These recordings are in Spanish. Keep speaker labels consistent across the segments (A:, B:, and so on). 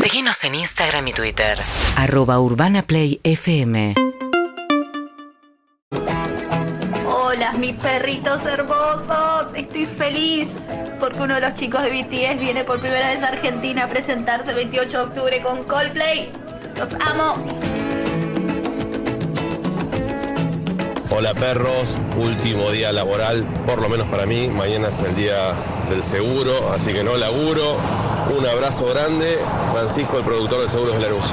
A: Seguinos en Instagram y Twitter.
B: Arroba Urbana Play FM.
C: Hola, mis perritos hermosos. Estoy feliz porque uno de los chicos de BTS viene por primera vez a Argentina a presentarse el 28 de octubre con Coldplay. Los amo.
D: Hola perros, último día laboral, por lo menos para mí. Mañana es el día del seguro, así que no laburo. Un abrazo grande, Francisco, el productor de Seguros de Larus.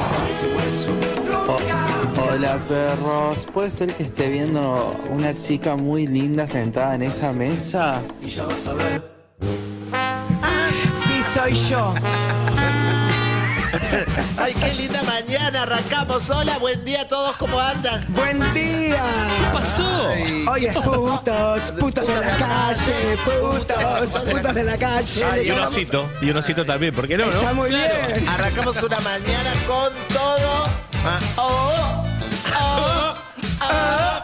E: Hola perros, puede ser que esté viendo una chica muy linda sentada en esa mesa.
F: Sí, soy yo.
G: Ay, qué linda mañana, arrancamos. Hola, buen día a todos, ¿cómo andan?
F: Buen día. ¿Qué pasó? Oye, putos, putos de la calle, putos, putos de la
G: Ay,
F: calle.
H: Ah, Y un
G: vamos a-
H: osito, y un osito también, ¿por qué no,
F: Está
H: no?
F: muy bien.
G: Arrancamos una mañana con todo. Ah, oh, oh, ah, ah,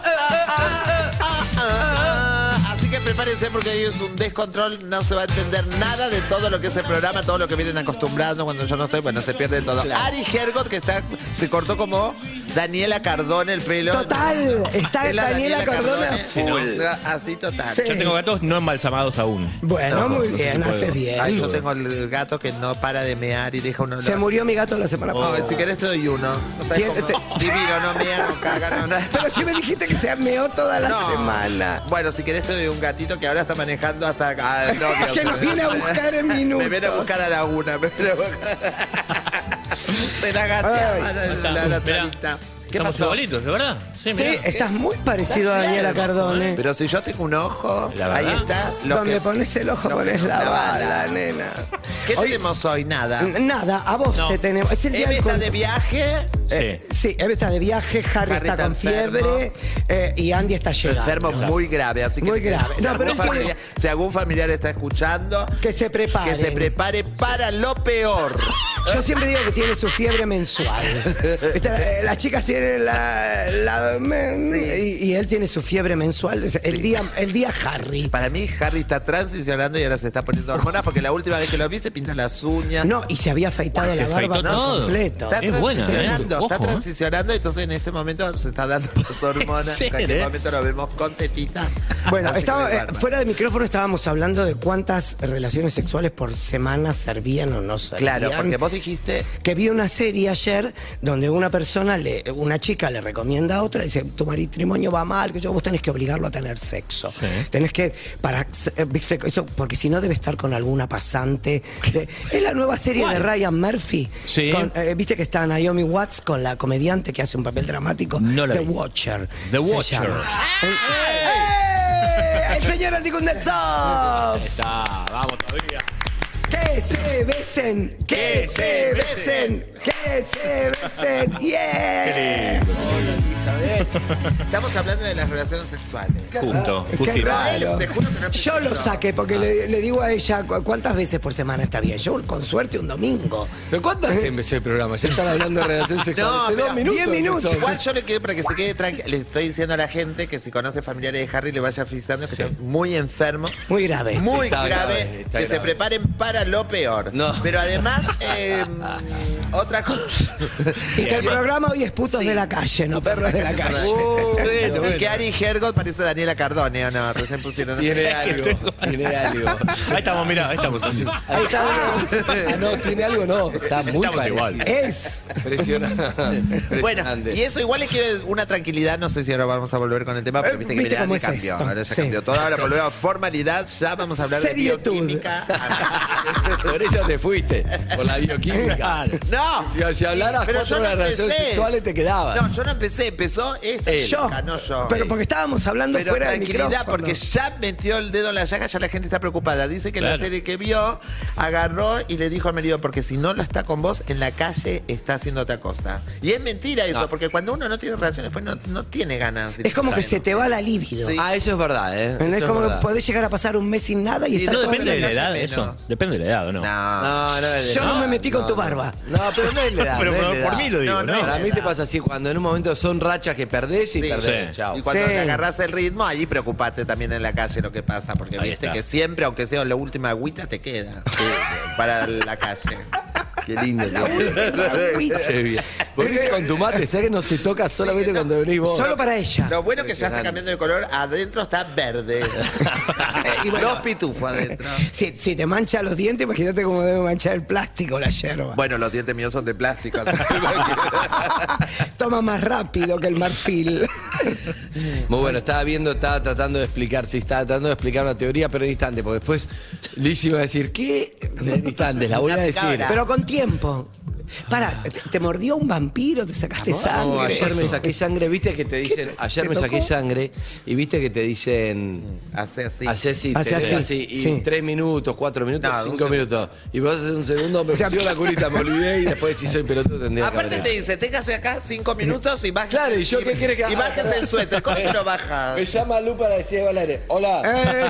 G: ah, ah, ah. Así que prepárense porque hoy es un descontrol, no se va a entender nada de todo lo que es el programa, todo lo que vienen acostumbrando cuando yo no estoy, bueno, se pierde todo. Ari Gergot, que está, se cortó como Daniela Cardone el pelo.
F: Total, está
G: Es la
F: Daniela Cardona
G: Cardone, Así total.
F: Sí.
H: Yo tengo gatos no embalsamados aún.
F: Bueno, muy
H: no sé
F: bien,
H: si puedo.
F: haces bien.
G: Ay, Ah, yo tengo el gato que no para de mear y deja un olor.
F: Se murió mi gato la semana
G: A ver,
F: pasada.
G: si querés te doy uno. No sabés
F: Tiene-
G: cómo-
F: te-
G: Divino, no mea, no caga, no nada.
F: Pero sí me dijiste que se meó toda la
G: No.
F: semana.
G: Bueno, si querés te doy un gatito que ahora está manejando hasta acá. al novio.
F: Que nos viene a buscar en
G: Me viene a
F: minutos.
G: buscar a la una. Me viene a buscar. Se la
F: Ay.
G: gatea la,
H: Está,
G: la, la
H: espera.
G: tarita. ¿Qué
H: Estamos
G: pasó?
H: igualitos, ¿de verdad? Sí,
F: Sí,
H: mirá.
F: estás muy parecido a Daniela Cardone.
G: Pero si yo tengo un ojo,
H: La
G: ahí
H: verdad.
G: está. lo
F: Donde
G: que-
F: pones el ojo
G: lo que
F: pones
G: no-
F: la
G: la
F: bala,
G: bala.
F: nena.
G: ¿Qué
F: Hoy-
G: tenemos hoy? Nada.
F: N- Nada, a vos
H: No.
F: te tenemos. Es el día
G: Eve
F: del
G: está
F: con-
G: de viaje.
F: Eh,
H: Sí.
F: sí, Eve está de viaje, Harry,
G: Harry
F: está
G: está
F: con
G: enfermo.
F: fiebre eh, y Andy está llegando.
G: Enfermo muy grave, así que
F: Muy grave.
G: Si,
F: No,
G: algún
F: pero es que-
G: familiar, si algún familiar está escuchando,
F: Que se prepare.
G: que se prepare para lo peor.
F: Yo siempre digo que tiene su fiebre mensual. Viste, la- las chicas tienen la. la- men- y, y él tiene su fiebre mensual. Es El, día, el día Harry.
G: Para mí, Harry está transicionando y ahora se está poniendo hormonas porque la última vez que lo vi se pinta las uñas.
F: No, y se había afeitado
H: Uy,
F: la
H: se afeitó
F: barba por
H: todo.
F: completo.
G: Está
H: Es buena, ¿eh?
G: transicionando, está
H: Ojo, ¿eh?
G: transicionando, entonces en este momento se está dando las hormonas.
H: Sí,
G: en cualquier
H: ¿eh?
G: momento lo vemos con tetita.
F: Bueno,
G: Así que
F: estaba,
G: no hay
F: eh,
G: barba.
F: fuera de micrófono estábamos hablando de cuántas relaciones sexuales por semana servían o no servían.
G: Claro, porque vos dijiste.
F: que vi una serie ayer donde una persona, le, una chica le recomienda a otra, dice, tu matrimonio va mal, que yo, vos tenés que obligarlo a tener sexo. Tenés que, para, eh, viste, eso, porque si no debe estar con alguna pasante. De- es la nueva serie de Ryan Murphy.
H: Sí.
F: Con, eh, viste que está Naomi Watts con la comediante que hace un papel dramático.
H: No la
F: The
H: vi.
F: Watcher.
H: The
F: se
H: Watcher.
F: llama. ¡Eh! ¡El señor Andy Kuznetsov!
H: Está, vamos todavía.
F: Que se besen, que se besen, que se besen, yeah.
G: Isabel, estamos hablando de las relaciones sexuales.
H: Punto,
F: Qué
H: justito.
F: raro.
G: Te juro que no
F: Yo lo saqué porque le, le digo a ella cu- cuántas veces por semana está bien. Yo con suerte un domingo.
I: ¿Pero cuándo se empezó el programa? Ya están hablando de relaciones sexuales.
G: No,
I: Hace
G: pero
I: dos minutos.
F: 10 minutos.
I: empezó.
G: Igual yo le quiero para que se quede tranquilo. Le estoy diciendo a la gente que si conoce familiares de Harry le vaya avisando que está muy enfermo.
F: Muy grave.
G: Muy
I: Está
G: grave,
I: grave, está
G: que se
I: grave.
G: preparen para lo peor.
I: No.
G: Pero además, eh, otra cosa.
F: Y que el programa hoy es putos
G: Sí.
F: de la calle, no perros de la calle.
I: Oh,
G: Y
I: bueno,
G: que
I: bueno.
G: Ari Hergot parece Daniela Cardone, ¿o no? Recién pusieron.
I: Tiene algo, tiene algo.
H: Ahí estamos, mirá, ahí estamos.
I: Ahí está. Ah, no, tiene algo, no. Está muy
H: Estamos
I: parecido.
H: igual.
F: Es.
I: Impresionante.
G: Bueno,
I: Impresionante.
G: y eso igual les quiero una tranquilidad, no sé si ahora vamos a volver con el tema,
F: Eh,
G: pero viste que
F: ¿viste
G: Melanie
F: cómo es
G: cambió,
F: esto?
G: ahora ya
F: Sí.
G: cambió todo, ahora
F: Sí.
G: volvemos a formalidad, ya vamos a hablar
F: Serietud.
G: de bioquímica.
I: Por eso te fuiste, por la bioquímica.
G: No.
I: Digo, si hablaras
G: Pero
I: cuatro
G: yo no
I: horas de este relaciones
G: empecé.
I: sexuales te quedaba.
G: No, yo no empecé, empezó esta
I: Él.
F: Yo.
G: chica, no yo.
F: Pero porque estábamos hablando
G: Pero
F: fuera de
G: tranquilidad,
F: micrófono.
G: porque ya metió el dedo en la llaga, ya la gente está preocupada. Dice que la
H: Claro.
G: serie que vio agarró y le dijo al marido, porque si no lo está con vos, en la calle está haciendo otra cosa. Y es mentira eso, porque cuando uno no tiene relaciones, pues no, no tiene ganas.
F: Es como que se te va la libido.
G: Sí.
I: Ah, eso es verdad, ¿eh? Eso
F: Es como que
I: verdad.
F: podés llegar a pasar un mes sin nada y, estar
H: No
F: todo
H: depende de
F: el-
H: la
G: Calle
H: edad,
G: menos.
H: eso. Depende de la edad, ¿o no?
G: No.
I: No, no es de
F: Yo no
I: edad,
F: me metí con tu barba.
I: No, pero no es de edad,
H: Pero
I: no es
H: por-
I: de
H: por
I: edad.
H: mí lo digo,
G: No, no, es
H: ¿no?
I: Para
G: de
I: mí te
G: edad.
I: pasa así, cuando en un momento son rachas que perdés y
G: Sí.
I: perdés.
H: Sí.
I: Chao.
G: Y cuando
F: Sí.
G: te agarrás el ritmo, allí preocupate también en la calle lo que pasa, porque
H: Ahí
G: viste
H: está.
G: que siempre, aunque sea la última agüita, te queda para la calle.
I: Qué lindo.
F: La última, la última.
I: Qué bien. Vos viste con tu mate, ¿sabes que no se toca solamente cuando venís vos?
F: Solo para ella.
G: Lo bueno que ya está cambiando de color, adentro está verde. y dos pitufos adentro.
F: Si, si te mancha los dientes, imagínate cómo debe manchar el plástico la yerba.
I: Bueno, los dientes míos son de plástico. así
F: Toma más rápido que el marfil.
I: que- Muy bueno, estaba viendo, estaba tratando de explicar, sí, estaba tratando de explicar una teoría, pero en instante, porque después Liz iba a decir, ¿qué? En instantes, la voy a
G: Una
I: decir.
G: picadora.
F: Pero con tiempo. Para, ¿te, te mordió un vampiro? ¿Te sacaste sangre?
I: No, ayer me saqué sangre, viste que te dicen, ayer
F: te
I: me saqué
F: tocó?
I: sangre y viste que te dicen,
G: Hace así.
I: hace así,
F: Hace
I: te-
F: así,
I: y
F: sí.
I: tres minutos, cuatro minutos,
G: No, un
I: cinco
G: segundo.
I: minutos. Y vos haces un segundo, me
F: O sea,
I: pusieron la curita, me olvidé y después si soy pelotudo tendría que
G: Aparte
I: haber
G: te
I: hecho.
G: dice, téngase acá cinco minutos y bájese.
I: Claro, ¿y yo qué quiere que haga?
G: Y bájese el suéter, ¿cómo que lo baja?
I: Me llama Lu para decirle Valeria, hola.
F: Eh,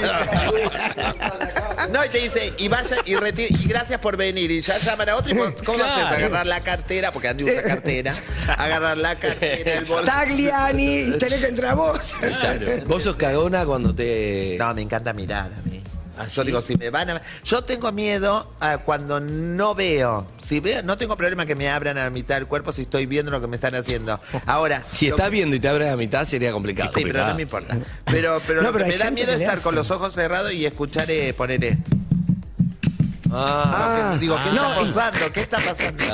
G: No, y te dice, y vaya y retire, y gracias por venir. Y ya llaman a otro y vos, ¿cómo
I: Claro.
G: haces? Agarrar la cartera, porque Andy usa cartera. Agarrar la cartera, el bolso.
F: Tagliani, y tenés que entrar vos.
I: Vos sos cagona cuando te... ¿Ah,
G: No, me encanta mirar a mí. Yo digo, si me van a... Yo tengo miedo a cuando no veo. Si veo, no tengo problema que me abran a la mitad del cuerpo si estoy viendo lo que me están haciendo. Ahora,
I: Si
G: lo
I: estás viendo y te abres a mitad sería complicado.
G: Sí, pero no me importa. Pero, pero
F: No,
G: lo que
F: pero
G: me
F: hay
G: da
F: gente
G: miedo
F: que
G: es
F: le
G: estar
F: hace.
G: con los ojos cerrados y escuchar eh, poner. eh,
I: Ah,
G: lo que- digo, ¿qué
F: no, y-
G: está pasando? ¿Qué está pasando?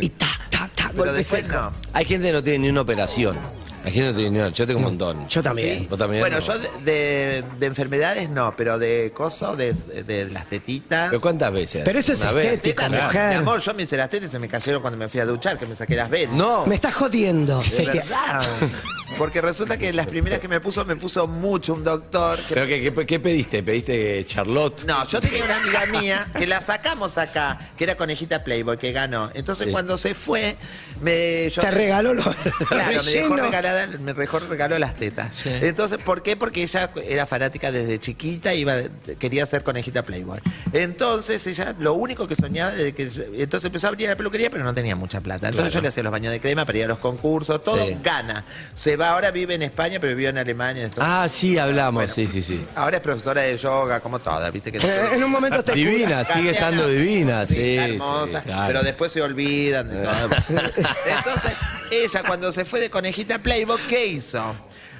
F: Y ta, ta, ta,
G: Pero
F: golpe
G: después
F: seco.
G: no.
I: hay gente que no tiene ni una operación. Hay gente que no tiene ni una. Yo tengo un montón.
F: Yo también.
I: ¿Vos también?
G: Bueno,
I: No.
G: yo de, de- de enfermedades no, pero de coso, de, de las tetitas.
I: ¿Pero cuántas veces?
F: Pero eso es
I: Una vez.
F: estético.
G: Tetas,
F: Claro.
G: Mi amor, yo me hice las tetas y se me cayeron cuando me fui a duchar, que me saqué las venas.
I: No.
F: Me estás jodiendo.
G: De
F: Se te-
G: verdad. Porque resulta que las primeras que me puso, me puso mucho un doctor. que-
I: ¿Pero qué, qué- qué pediste? ¿Pediste Charlotte?
G: No, yo tenía una amiga mía que la sacamos acá, que era conejita Playboy, que ganó. Entonces
I: Sí.
G: cuando se fue, me. yo-
F: Te regaló los
G: Claro, me dejó,
F: rellenos.
G: regalada- me dejó- regaló las tetas. Entonces, ¿por qué? Porque ella era fanática desde chiquita, iba, quería ser conejita Playboy. Entonces, ella lo único que soñaba, desde que, entonces empezó a abrir la peluquería, pero no tenía mucha plata. Entonces yo le hacía los baños de crema para ir a los concursos, todo
I: Sí.
G: gana. Se va, ahora vive en España, pero vivió en Alemania. en Estados
I: Ah, sí, hablamos. sí, sí, sí.
G: Ahora es profesora de yoga, como toda, viste que
F: Eh, En un momento te
I: Divina, sigue estando divina. Sí,
G: está
I: sí,
G: hermosa,
I: claro.
G: pero después se olvidan de todo. Entonces, ella cuando se fue de conejita Playboy, ¿qué hizo?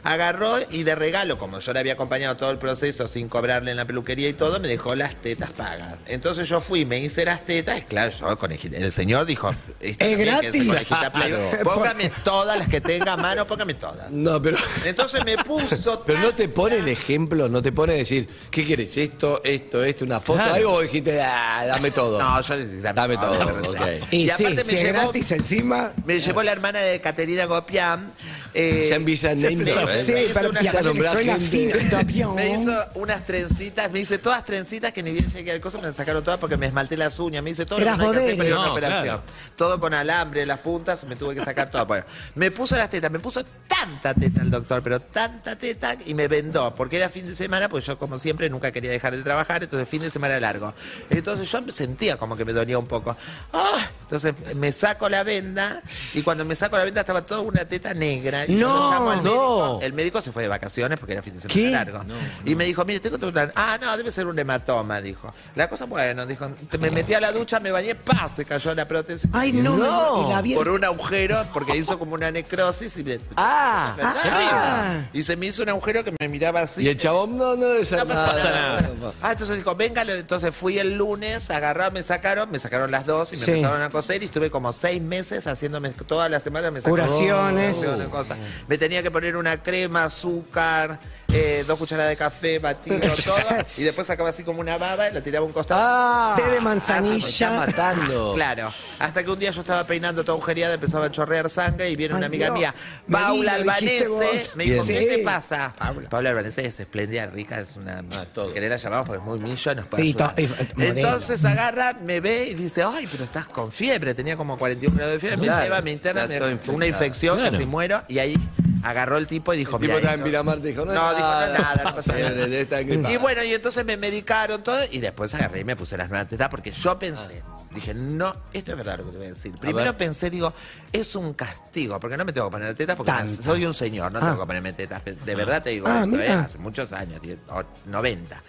G: Agarró y de regalo, como yo le había acompañado todo el proceso sin cobrarle en la peluquería y todo, me dejó las tetas pagas. Entonces yo fui, me hice las tetas, y claro, yo conejita. El señor dijo, "Esto
F: Es
G: tiene que ser
F: gratis.
G: Conejita Playboy. Póngame todas las que tenga a mano, póngame todas.
I: No, pero.
G: Entonces me puso.
I: Pero no te
G: tanta-
I: pone el ejemplo, no te pone decir, ¿qué quieres? Esto, esto, esto, una foto, algo, o dijiste, ah, dame todo.
G: No, yo le-
I: dame todo. ok.
F: Y,
G: Y
F: sí,
G: aparte me
F: si es
G: llegó-
F: gratis encima.
G: Me llevó la hermana de Caterina Gopián. eh,
I: Ya empieza el
G: se-
I: name
G: me-
I: drop,
G: me
I: ¿eh?
F: Sí,
G: hizo
F: pero
G: unas-
F: y aparte que
I: nombrar
F: suena
I: gente.
F: fino el avión.
G: me hizo unas trencitas, me hice todas trencitas que ni bien llegué al coso, me las sacaron todas porque me esmalté las uñas, me hice todo
F: Eras
G: lo que uno hay que hacer para ir
F: modelo.
G: a una
J: No,
G: operación.
J: claro.
G: Todo con alambre, las puntas, me tuve que sacar todas. Bueno, me puso las tetas, me puso tanta teta el doctor, pero tanta teta y me vendó, porque era fin de semana, pues yo como siempre nunca quería dejar de trabajar, entonces fin de semana largo. Entonces yo sentía como que me dolía un poco. ¡Ah! Entonces me saco la venda y cuando me saco la venda estaba toda una teta negra. Y yo
F: No,
G: lo llamo al
F: no.
G: médico. El médico se fue de vacaciones porque era fin de semana
F: ¿Qué?
G: largo. Y me dijo, mire, tengo toda una... Ah, no, debe ser un hematoma, dijo. La cosa, bueno, dijo, te- me metí a la ducha, me bañé, ¡pah! Se cayó la prótesis.
F: Ay, no, no, no. Y la vi-
G: Por un agujero, porque hizo como una necrosis y me-
I: Ah,
G: ¿Verdad?
F: ah.
G: Y se me hizo un agujero que me miraba así.
I: Y el chabón no, no, esa-
G: No pasa nada.
I: nada.
G: Ah, entonces dijo, venga, entonces fui el lunes, agarraron, me sacaron, me sacaron las dos y me
F: Sí.
G: empezaron a coser y estuve como seis meses haciéndome todas las semanas me sacaron
F: Curaciones. Uh.
G: curaciones, cosas. Me tenía que poner una crema, azúcar, eh, dos cucharadas de café, batido, todo. Y después sacaba así como una baba y la tiraba a un costado.
I: Ah,
F: Té de
I: me está
F: manzanilla.
I: matando.
G: Claro, hasta que un día yo estaba peinando toda agujereada, empezaba a chorrear sangre y viene
F: Ay,
G: una amiga
F: Dios.
G: mía,
F: Me
G: Paula
F: vi, lo dijiste
G: Albanese,
F: vos.
G: me dijo,
I: Bien.
G: ¿qué
F: Sí.
G: te pasa? Paula, Albanese es espléndida, rica, es una...
I: todo.
G: Que le la llamamos porque es muy millón, nos puede
F: Y to-
G: ayudar.
F: y- y- modelo.
G: Entonces agarra, me ve y dice, ay, pero estás con fiebre, tenía como 41 grados de fiebre,
I: Claro,
G: me lleva, me interna,
I: está
G: me
I: todo
G: una
I: infectado.
G: infección, casi muero, y ahí... Agarró el tipo y dijo,
I: El tipo
G: "Mira,
I: estaba en
G: esto".
I: Pinamarte y dijo, no,
G: no, dijo, no,
I: nada.
G: nada, no pasa
I: Sí,
G: nada".
I: debe estar gripado.
G: Y bueno, y entonces me medicaron todo y después agarré y me puse las nuevas tetas porque yo pensé, Dije, no, esto es verdad lo que te voy a decir. Primero
I: ver.
G: pensé, digo, es un castigo, porque no me tengo que poner tetas, porque
F: Tanto.
G: soy un señor, no
F: Ah.
G: tengo que ponerme tetas. pe- De verdad te digo
F: Ah,
G: esto, ¿eh?
F: mira.
G: hace muchos años, diez- o- 90.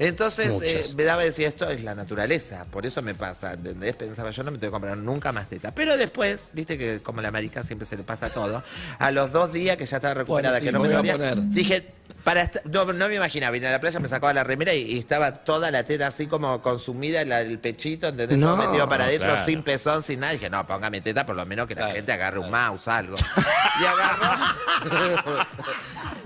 G: Entonces eh,
F: Muchos.
G: me daba decir, esto es la naturaleza, por eso me pasa, ¿entendés? Pensaba, yo no me tengo que comprar nunca más tetas. Pero después, viste que como la marica siempre se le pasa todo, a los dos días que ya estaba recuperada,
I: Bueno, sí,
G: que no
I: me
G: me
I: voy a
G: dolía,
I: poner.
G: Dije, para esta- no, no me imaginaba, vine a la playa, me sacaba la remera y, y estaba toda la teta así como consumida, la- el pechito, ¿entendés? Todo
F: No,
G: metido para adentro,
H: claro.
G: sin pezón, sin nada. Dije, no, póngame teta, por lo menos que la gente agarre un mouse, algo. Y agarró.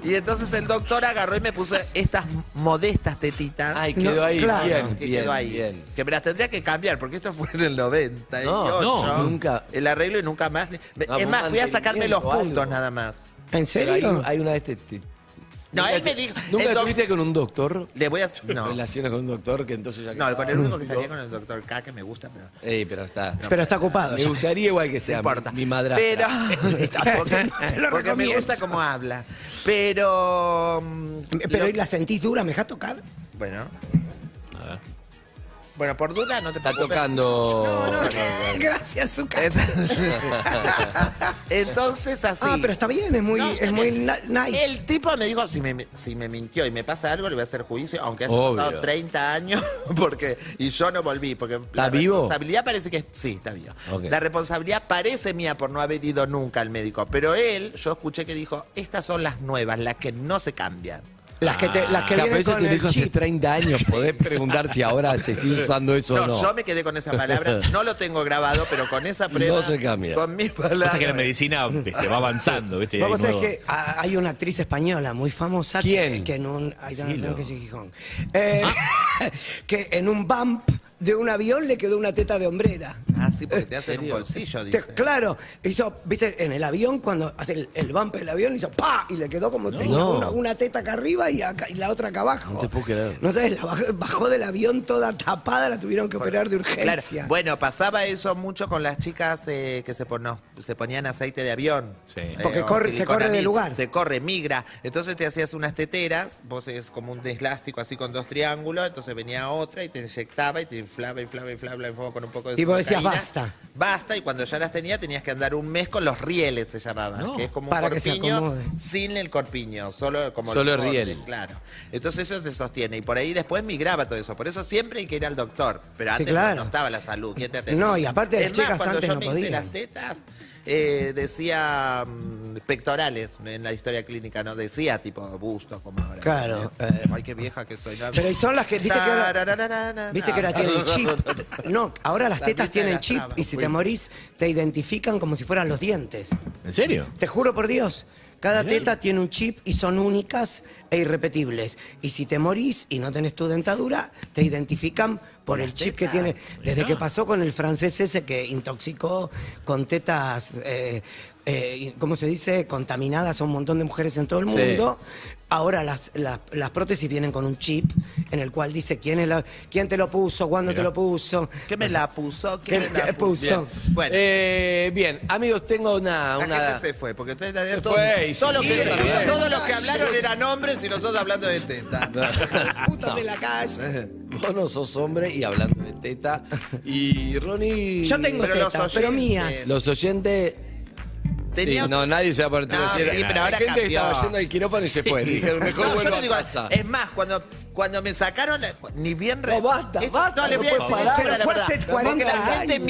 G: y entonces el doctor agarró y me puso estas modestas tetitas.
I: Ay, quedó
F: No,
I: ahí.
F: claro.
I: Bien,
G: que
I: bien,
G: quedó ahí.
I: bien.
G: Que me las tendría que cambiar, porque esto fue en el 98.
I: No,
H: no,
I: nunca.
G: El arreglo y nunca más. Me-
I: No,
G: es
I: un
G: más, fui a sacarme los
I: mantenimiento,
G: puntos
I: algo.
G: nada más.
F: ¿En
I: Pero hay,
F: serio?
I: hay una de este. este-
G: No,
I: Nunca
G: él
I: te-
G: me dijo.
I: ¿Nunca
G: el doc-
I: estuviste con un doctor?
G: Le voy a. No.
I: Relaciones con un doctor que entonces ya. que
G: No, con el
I: estaba-
G: único que estaría con el doctor K, que me gusta, pero.
I: Ey, pero está.
F: Pero está ocupado.
I: Me gustaría igual que sea
G: No importa.
I: mi, mi madrastra.
G: Pero. porque
F: Te lo
G: porque me
F: recomiendo.
G: gusta cómo habla. Pero. mm,
F: Pero
G: lo-
F: hoy la sentís dura, ¿me dejas tocar?
G: Bueno.
H: A ver.
G: Bueno, por duda no te
I: Está
G: preocupes.
I: tocando.
F: Gracias, Zucca.
G: Entonces así.
F: Ah, pero está bien, es muy,
G: No, está
F: es muy
G: bien.
F: na- nice.
G: El tipo me dijo, si me, si me mintió y me pasa algo, le voy a hacer juicio, aunque haya
I: Obvio.
G: pasado 30 años, porque y yo no volví, porque la
I: ¿Está vivo?
G: responsabilidad parece que... Sí, está vivo.
I: Ok.
G: La responsabilidad parece mía por no haber ido nunca al médico, pero él, yo escuché que dijo, estas son las nuevas, las que no se cambian.
F: Las que, te, las que
I: Claro, pero
F: vienen
I: eso
F: con
I: Ah. te lo
F: el
I: dijo hace
F: chip.
I: 30 años. Podés preguntar si ahora se sigue usando eso
G: No,
I: o no.
G: yo me quedé con esa palabra, no lo tengo grabado, pero con esa prueba...
I: No se cambia.
G: Con mis palabras...
H: Pasa que la medicina viste, va avanzando, ¿viste? Y hay
F: Vos sabés
H: nuevos-
F: que ah, hay una actriz española muy famosa que-
I: ¿Quién?
F: Que, en un ay, no, no,
H: Decilo.
F: que soy Gijón. Eh,
I: Ah.
F: que en un bump de un avión le quedó una teta de hombrera.
G: Ah, sí, porque te hacen un bolsillo,
F: Te-
G: dice.
F: claro, hizo, viste, en el avión, cuando hace el, el bump del avión, hizo ¡pa! Y le quedó como tenía
I: No.
F: una, una teta acá arriba y, acá- y la otra acá abajo.
I: No te puedo creer.
F: No sabes, la bajó, bajó del avión toda tapada, la tuvieron que operar de
G: Claro.
F: urgencia.
G: Bueno, pasaba eso mucho con las chicas eh, que se, pono- se ponían aceite de avión. Eh,
H: Sí.
F: Porque
G: o
F: corre- se corre de
G: siliconamid.
F: lugar.
G: Se corre, migra. Entonces te hacías unas teteras, vos es como un deslástico así con dos triángulos, entonces venía otra y te inyectaba y te inflaba, inflaba, inflaba, inflaba con un poco de
F: Y vos decías,
G: silicona.
F: "Basta".
G: Basta, y cuando ya las tenías tenías que andar un mes con los rieles, se llamaban,
H: No.
G: que es como
F: Para
G: un
F: que se
G: corpiño
F: acomode.
G: sin el corpiño, solo como
I: Solo el
G: corte,
I: riel.
G: Claro. Entonces eso se sostiene y por ahí después migraba todo eso. Por eso siempre hay que ir al doctor, pero
F: Sí,
G: antes
F: claro.
G: no estaba la salud. ¿Quién te
F: No, y aparte las
G: es más,
F: chicas
G: cuando
F: antes
G: yo
F: no
G: me hice
F: podían.
G: las tetas, eh, decía mm, pectorales en la historia clínica, no decía tipo busto como ahora.
F: Claro,
G: ¿entendés?
F: eh.
G: Ay, qué vieja que soy. ¿no?
F: Pero y son las que, viste que ahora-
G: Tararararana.
F: Viste que ahora tienen chip. No, ahora las
G: La
F: tetas
G: mitad
F: tienen
G: las
F: chip
G: trabas,
F: y si
G: fui.
F: te morís te identifican como si fueran los dientes.
H: ¿En serio?
F: Te juro por Dios, cada teta tiene un chip y son únicas e irrepetibles. Y si te morís y no tenés tu dentadura, te identifican por el chip que
G: tetas.
F: tiene. Desde
H: Mirá.
F: que pasó con el francés ese que intoxicó con tetas, eh, eh, ¿cómo se dice? Contaminadas a un montón de mujeres en todo el
I: Sí.
F: mundo. Ahora las, las, las prótesis vienen con un chip en el cual dice quién, es la- quién te lo puso, cuándo
H: Mirá.
F: te lo puso.
G: ¿Qué me la puso? ¿Qué,
F: ¿Qué-
G: me la
I: pues,
F: qué puso?
G: Bueno,
I: Eh, bien, amigos, tengo una.
G: la
I: una-
G: gente se fue, porque ustedes
I: Se
G: todos,
I: fue, y
G: todos los
I: sí,
G: que,
I: también.
G: todos los que hablaron eran hombres y nosotros hablando de teta.
F: Putas de la calle.
I: Vos no sos hombre y hablando de teta. Y Ronnie.
F: Yo tengo
G: Pero los
F: tetas, pero
G: oyentes-
F: mías.
I: Los oyentes.
G: Tenía
I: Sí, no, nadie se va a poner
G: No,
I: decir,
G: sí, pero
I: "Ah,
G: ahora
I: la gente
G: cambió".
I: estaba yendo al quirófano y se fue. Dijeron,
G: No,
I: mejor
G: yo
I: vuelvo
G: te
I: a
G: digo, eh,
I: casa.
G: es más, cuando, cuando me sacaron, la- ni bien... re-
I: No, basta, basta,
G: No, le
I: no
G: voy a
I: puedo
G: decir
I: parar.
G: la
F: Pero fue
G: verdad,
F: hace
G: porque
F: 40
G: la gente
F: años.
I: Habla de que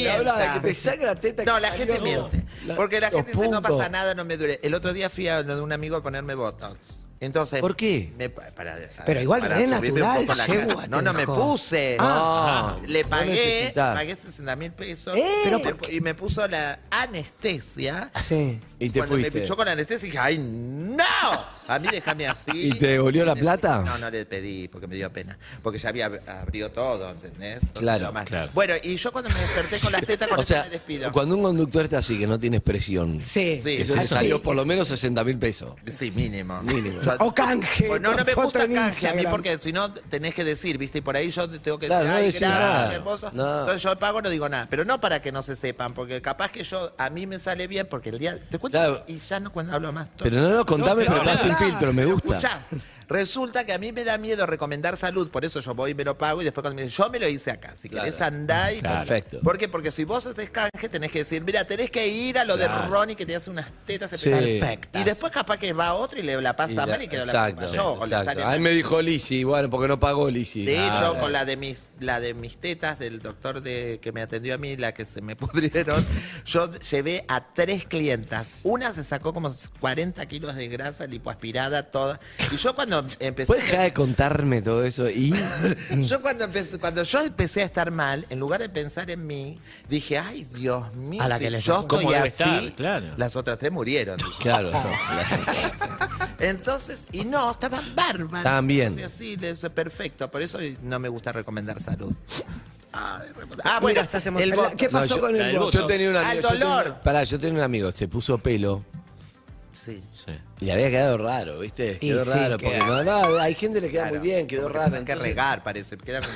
G: miente.
I: te saca la teta que
G: No, la
I: salió.
G: gente miente. Porque la
I: los
G: gente dice, no
I: puntos.
G: pasa nada, no me duele. El otro día fui a lo de un amigo a ponerme Botox. Entonces,
I: ¿Por qué?
G: me pa- para- para-
F: Pero igual
G: para
F: re
G: subirme
F: natural,
G: un poco la cara.
F: yegua,
G: No, no me
F: tenjo.
G: puse.
I: Ah.
G: le
I: No
G: pagué,
I: necesitas.
G: pagué 60 mil pesos
F: Eh.
G: y,
F: Pero
G: me,
F: ¿por
G: pu- y me puso la anestesia.
F: Sí.
I: Y te
G: Cuando me
I: fuiste.
G: pichó con la anestesia dije, ¡ay, no! A mí déjame así.
I: ¿Y te devolvió la
G: me-
I: plata?
G: No, no le pedí porque me dio pena. Porque ya había abrió todo, ¿entendés? Entonces,
I: Claro,
G: lo más-
H: claro.
G: Bueno, y yo cuando me desperté con las tetas, con
I: O
G: eso
I: sea,
G: me despido.
I: cuando un conductor está así, que no tiene expresión,
F: Sí.
G: Sí.
I: eso te
F: Así.
I: salió por lo menos 60 mil pesos.
G: Sí, mínimo.
I: Mínimo.
G: Yo-
F: O canje.
G: Bueno, no, no
F: con
G: me
F: foto
G: gusta
F: en
G: canje a mí
F: Instagram.
G: porque si no tenés que decir, ¿viste? Y por ahí yo te tengo que
I: Claro,
G: decir,
I: no
G: ay,
I: decís
G: gracias,
I: nada.
G: qué hermoso.
I: No.
G: Entonces yo pago, no digo nada. Pero no para que no se sepan, porque capaz que yo, a mí me sale bien, porque el día. Te cuento
I: Claro.
G: y ya no cuando hablo más.
I: Pero no, no, contame,
H: No,
I: pero
H: pero
I: estás sin
G: pará,
I: filtro, me
G: pero
I: gusta.
G: escuchá, Resulta que a mí me da miedo recomendar salud, por eso yo voy y me lo pago y después cuando me dicen, yo me lo hice acá. Si querés andar y.
H: Claro.
I: Perfecto.
G: ¿Por qué? Porque si vos haces canje, tenés que decir, mira, tenés que ir a lo de
H: Claro.
G: Ronnie que te hace unas tetas
I: Sí.
G: Y después capaz que va otro y le la pasa mal y quedó la
I: exacto,
G: culpa yo. o le
I: exacto.
G: sale
I: A mí
G: mal.
I: me dijo Lisi, bueno, porque no pagó Lisi.
G: De
I: Ah,
G: hecho, con la de mis la de mis tetas del doctor de que me atendió a mí, la que se me pudrieron, yo llevé a tres clientas. Una se sacó como 40 kilos de grasa lipoaspirada toda. Y yo cuando empecé
I: ¿Puedes dejar de contarme todo eso? ¿Y?
G: yo cuando empecé, cuando yo empecé a estar mal, en lugar de pensar en mí, dije, "Ay, Dios mío,
F: A la
G: si
F: que le
G: yo
F: sacó.
G: estoy
H: ¿Cómo debe
G: así."
H: estar? Claro.
G: Las otras tres murieron.
I: Claro, no,
G: Entonces, y no, estaban bárbaras.
I: Estaban bien.
G: O sea, sí, de- es perfecto. Por eso no me gusta recomendar salud. Ay, remoto. ah, bueno,
F: Mira, estás emocionado.
G: el voto.
F: ¿Qué pasó
I: yo-
F: con
H: la
F: el
H: del
F: voto?
I: yo tenía un
G: Al
I: amigo. yo tenía-
G: dolor.
I: pará, yo tenía un amigo, se puso pelo
G: Sí.
I: y le había quedado raro, ¿viste?
F: Y
I: Quedó
F: sí,
I: raro, porque
F: queda-
I: no, no, hay gente le queda
G: Claro,
I: muy bien, quedó
G: como que
I: raro.
G: tenés que
I: entonces-
G: regar, parece. Queda como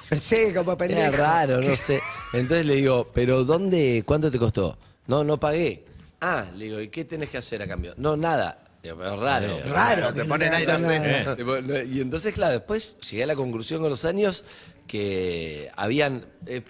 G: si-
F: Sí, como
I: Era
F: pendejo.
I: raro, no sé. Entonces le digo, ¿pero dónde, cuánto te costó? No, no pagué. Ah, le digo, ¿y qué tenés que hacer a cambio? No, nada. Le digo, pero raro.
F: Raro.
G: Te
F: que
G: ponen
F: no
G: ahí, no sé.
F: nada.
I: Tipo, no, Y entonces, claro, después llegué a la conclusión con los años que habían. eh,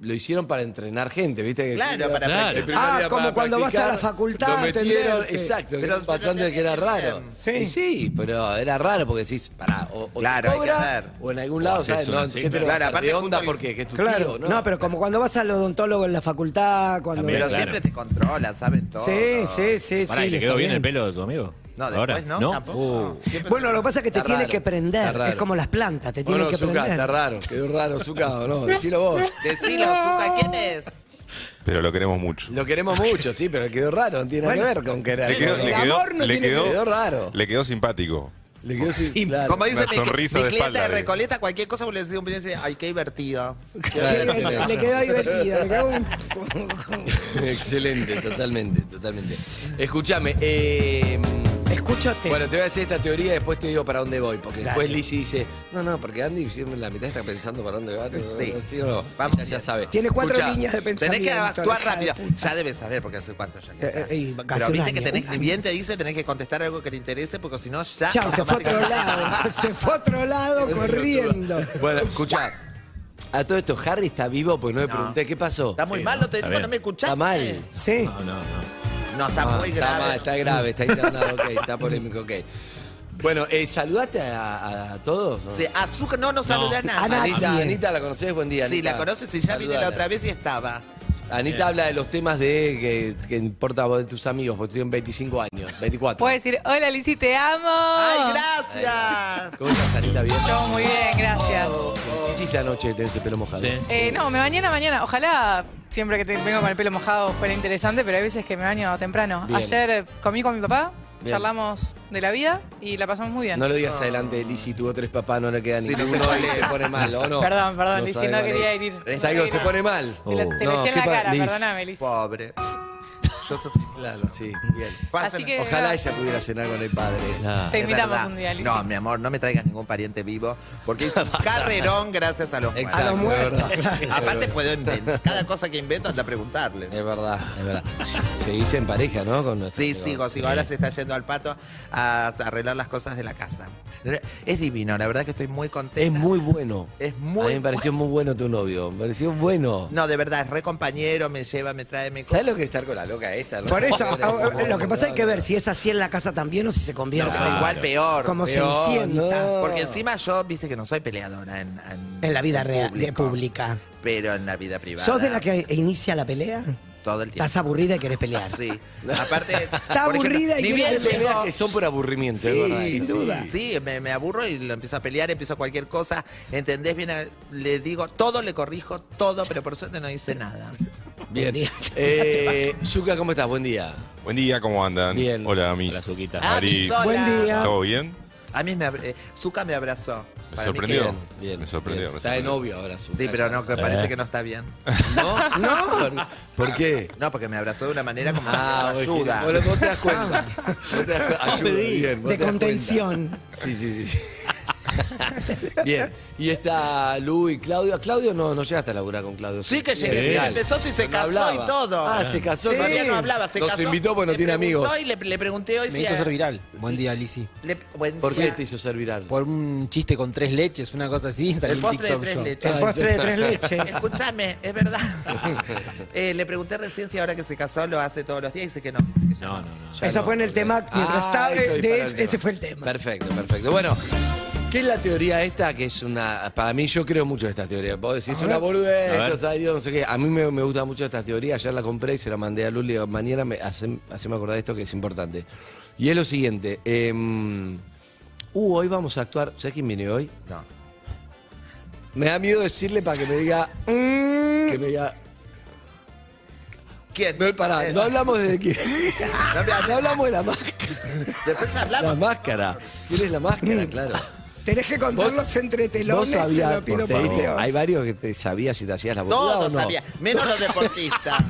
I: lo hicieron para entrenar gente, ¿viste? Que
G: Claro,
I: era-
G: para
H: Claro.
I: el primer
F: Ah,
I: día
F: como
I: para
F: cuando vas a la facultad
I: Lo
F: a
I: metieron,
F: atenderte.
I: exacto,
G: Pero-
I: pero, pasando
G: pero
I: de que era
G: te
I: raro.
F: Sí.
I: Y sí, pero era raro porque decís, pará, o, o te
G: Claro, hay que
I: cobra,
G: hacer.
I: o en algún lado,
H: haces
I: ¿sabes? No,
H: una-
I: ¿qué
H: sí,
I: te lo
H: claro.
I: vas a hacer?
G: Claro, aparte
I: ¿De onda?
G: justo-
I: Porque es tu
F: Claro,
I: tío, ¿no?
F: no, pero como cuando vas al odontólogo en la facultad, cuando...
H: También,
G: Pero
H: claro.
G: siempre te controlan, saben todo.
F: Sí, sí, sí,
H: Pará,
F: sí.
H: ¿y le
F: está
H: quedó bien el pelo de tu amigo?
G: No, después
H: Ahora,
G: no, tampoco.
I: Uh.
G: Siempre
F: Bueno,
G: te-
F: lo que pasa es que te
I: Está
F: tiene
I: raro,
F: que
I: está
F: prender.
I: raro.
F: Es como las plantas, te tiene
I: Bueno,
F: que
I: Zucca, está
F: prender.
I: raro, quedó raro, Zucca, ¿o Uh, no? Decilo vos.
G: Decilo, Zuka, ¿quién es?
J: Pero lo queremos mucho.
I: Lo queremos mucho, sí, pero quedó raro, no tiene nada que ver con que era.
J: Le quedó,
I: ¿no?
J: le
F: El
J: quedó-
F: amor no
J: le
F: tiene-
J: quedó-
I: quedó raro.
J: le quedó simpático.
I: Le quedó sin- claro.
G: Como dice
J: Una
G: mi,
J: sonrisa
G: mi
J: de
G: cliente
J: espalda,
G: de
J: digo.
G: Recoleta, cualquier cosa vos le decís a un cliente, ay, qué divertido.
I: Claro, excelente.
F: Le quedó divertido. le quedó un-
I: Excelente, totalmente, totalmente. Escúchame, eh,
F: Escúchate.
I: bueno, te voy a hacer esta teoría y después te digo para dónde voy, porque después Lizzy dice, no, no, porque Andy siempre la mitad está pensando para dónde va.
G: Sí.
I: ¿sí o no?
G: Vamos
I: ya, ya
G: bien.
I: sabe.
F: Tiene cuatro
I: Escuchá,
F: líneas de pensamiento.
G: Tenés que actuar
F: hija de
G: rápido.
F: puta.
G: Ya debes saber, porque hace cuánto ya que
F: Eh,
G: está.
F: eh, y casi
G: Pero
F: un
G: viste que
F: año,
G: tenés,
F: un año.
G: bien te dice, tenés que contestar algo que te interese, porque si no, ya.
F: Chao, se fue a otro lado. Se fue a otro lado corriendo.
I: Bueno, escuchá. A todo esto, Harry está vivo, pues no le
G: No.
I: pregunté, ¿qué pasó?
G: Está muy
H: Sí,
G: mal,
H: no,
G: no te
H: está
G: digo,
H: bien.
G: no me escuchaste.
I: Está mal.
F: Sí.
H: No, no, no.
G: No, está muy
I: Ah, está
G: grave.
I: mal, está grave, está internado, ok, está polémico, ok. Bueno, eh, saludate a, a- a todos. ¿no?
G: Sí, azúcar, no nos
H: No.
G: saludé a
F: A
G: nadie.
F: nadie.
I: Anita, Anita, ¿la conoces? Buen día.
G: Sí,
I: Anita.
G: la conoces y ya vine la
I: Saludala.
G: otra vez y estaba.
I: Anita habla de los temas de que, que importa a vos de tus amigos, porque tienen 25 años, 24.
K: Puedo decir, hola Lizzy, te amo.
G: ¡Ay, gracias! Oh.
I: ¿Cómo estás, Anita? ¿Bien?
K: Todo muy bien, gracias.
I: ¿Qué hiciste anoche de tener ese pelo mojado?
H: Sí.
K: Eh, no, me bañé en la mañana. Ojalá siempre que te- vengo con el pelo mojado fuera interesante, pero hay veces que me baño temprano.
I: Bien.
K: Ayer eh, comí con mi papá,
I: Bien.
K: charlamos de la vida y la pasamos muy bien.
I: No lo digas adelante, Lizzy tuvo tres papás, no le queda
G: Sí,
I: ninguno
G: no sé cuál
I: y se
G: es.
I: pone mal, ¿o no?
K: Perdón, perdón,
I: No
K: Lizzy,
I: sabe
K: no
I: cuál
K: quería
I: es.
K: herir. No
I: Es
K: quería
I: algo, se
K: herir.
I: pone mal.
K: Te la- te lo
I: No,
K: eché en
I: qué
K: la
I: pa-
K: cara,
I: Liz.
K: Ah, perdóname, Liz.
G: Pobre. Yo sufrí.
I: Claro, sí, bien.
K: Así que-
I: Ojalá ella pudiera cenar con el padre.
K: Te
G: Es
K: invitamos
G: verdad.
K: un día, Lizzy.
G: No, mi amor, no me traigas ningún pariente vivo, porque es un carrerón gracias a los
I: Exacto,
G: muertos.
I: es verdad.
G: Aparte puedo inventar, cada cosa que invento anda a preguntarle.
I: Es verdad, es verdad. Seguís en pareja, ¿no? Con nuestro
G: Sí,
I: amigo.
G: sigo, sigo. Ahora se está yendo al pato a arreglar las cosas de la casa. Es divino, la verdad que estoy muy contenta.
I: Es muy bueno.
G: Es muy
I: A mí me pareció muy bueno tu novio. Me pareció bueno.
G: No, de verdad, es re compañero, me lleva, me trae, me...
I: ¿Sabes lo que es estar con la loca esta? no?
F: Por eso,
I: Pobre,
F: a- a- lo que pasa es que ver
I: no,
F: si es así en la casa también o si se convierte
G: No, igual peor.
F: como
I: Peor,
F: Cenicienta.
I: no.
G: Porque encima yo, viste que no soy peleadora en...
F: En la vida real, de
G: público,
F: pública.
G: Pero en la vida privada.
F: ¿Sos de la que inicia la pelea?
G: Todo el tiempo.
F: ¿Estás aburrida y querés pelear?
G: Sí. Aparte.
F: Está
G: por ejemplo,
F: aburrida y
G: ni
F: quiere
G: bien
I: no. Hay peleas
G: llegó-
I: que son por aburrimiento, es
G: Sí,
I: verdad,
G: sin
I: eso,
F: duda.
G: Sí, me, me aburro y lo empiezo a pelear, empiezo cualquier cosa. ¿Entendés? Bien, a- le digo todo, le corrijo todo, pero por suerte no hice nada.
I: Bien.
F: día.
I: Eh, Yuka, ¿cómo estás? Buen día.
J: Buen día, ¿cómo andan?
I: Bien.
J: Hola, mis.
H: Hola, Zuquita.
G: Ah,
J: Mari.
G: mis, hola.
F: Buen día.
J: ¿Todo bien?
G: A mí me. abra- eh, Zuka me abrazó.
J: Me
G: Para mí
J: sorprendió.
G: que-
J: Me sorprendió, me
I: Está de
J: sorprendió. Eh.
I: novio ahora, Zucca.
G: Sí, pero no, que
I: ¿No?
G: parece que no está bien.
I: ¿Por, por qué?
G: No, porque me abrazó de una manera como
I: Ah,
G: que
I: vos
G: me ayuda.
I: dijiste- Bueno, vos te das cuenta. Vos te das cu- ayuda, bien, vos
F: De
I: te das cuenta.
F: contención.
I: Sí, sí, sí. Bien. Y está Lu y Claudio. A Claudio no, no llegaste a laburar con Claudio.
G: Sí que
I: Bien,
G: llegué, sí,
I: bien.
G: empezó sí, se
I: No
G: casó
I: hablaba.
G: y todo.
I: Ah, se casó.
G: Sí. Todavía
I: también.
G: no hablaba, se
I: Nos
G: casó.
I: invitó porque no
G: Le
I: tiene
G: preguntó
I: amigos.
G: Y le, le pregunté hoy
L: Me
G: si
L: hizo
G: a-
L: ser viral. Buen día, Lizzy.
G: le- buen
I: ¿Por qué
G: día.
I: te hizo ser viral?
L: Por un chiste con tres leches, una cosa así, salió
G: El
L: un
G: postre de
L: TikTok
G: tres
L: yo.
G: leches.
L: Ah,
F: El postre de tres leches.
G: Escúchame, es verdad. Eh, le pregunté recién si ahora que se casó lo hace todos los días y dice que no. dice que
H: No, no, no.
I: Ya
F: Ese
I: no,
F: fue en el
I: porque-
F: tema, mientras
I: Ah,
F: estaba,
I: eso
F: de-
I: dispara el
F: ese
I: tema.
F: fue el tema.
I: Perfecto, perfecto. Bueno, ¿qué es la teoría esta? Que es una. Para mí, yo creo mucho de esta teoría. Vos decís, es una boludez,
H: A ver.
I: esto, tal, yo no sé qué. A mí me, me gusta mucho esta teoría. Ayer la compré y se la mandé a Luli. Mañana me hacen, haceme acordar de esto que es importante. Y es lo siguiente. em, uh, hoy vamos a actuar. ¿Sabes quién viene hoy?
G: No.
I: Me da miedo decirle para que me diga. mm, que me diga.
G: ¿Quién?
I: No, pará,
G: Eh,
I: no hablamos de quién.
G: No me hables.
I: No hablamos de la máscara.
G: Después
I: La
G: hablamos.
I: máscara. ¿Tienes la máscara? Claro.
F: Mm. Tenés que contarlos entre
I: Vos
F: telones, te
I: sabías,
F: lo pido
I: te
F: por
I: diste-
F: Dios.
I: hay varios que te sabías si te hacías la boluda
G: Todo
I: o no.
G: sabía, menos los deportistas.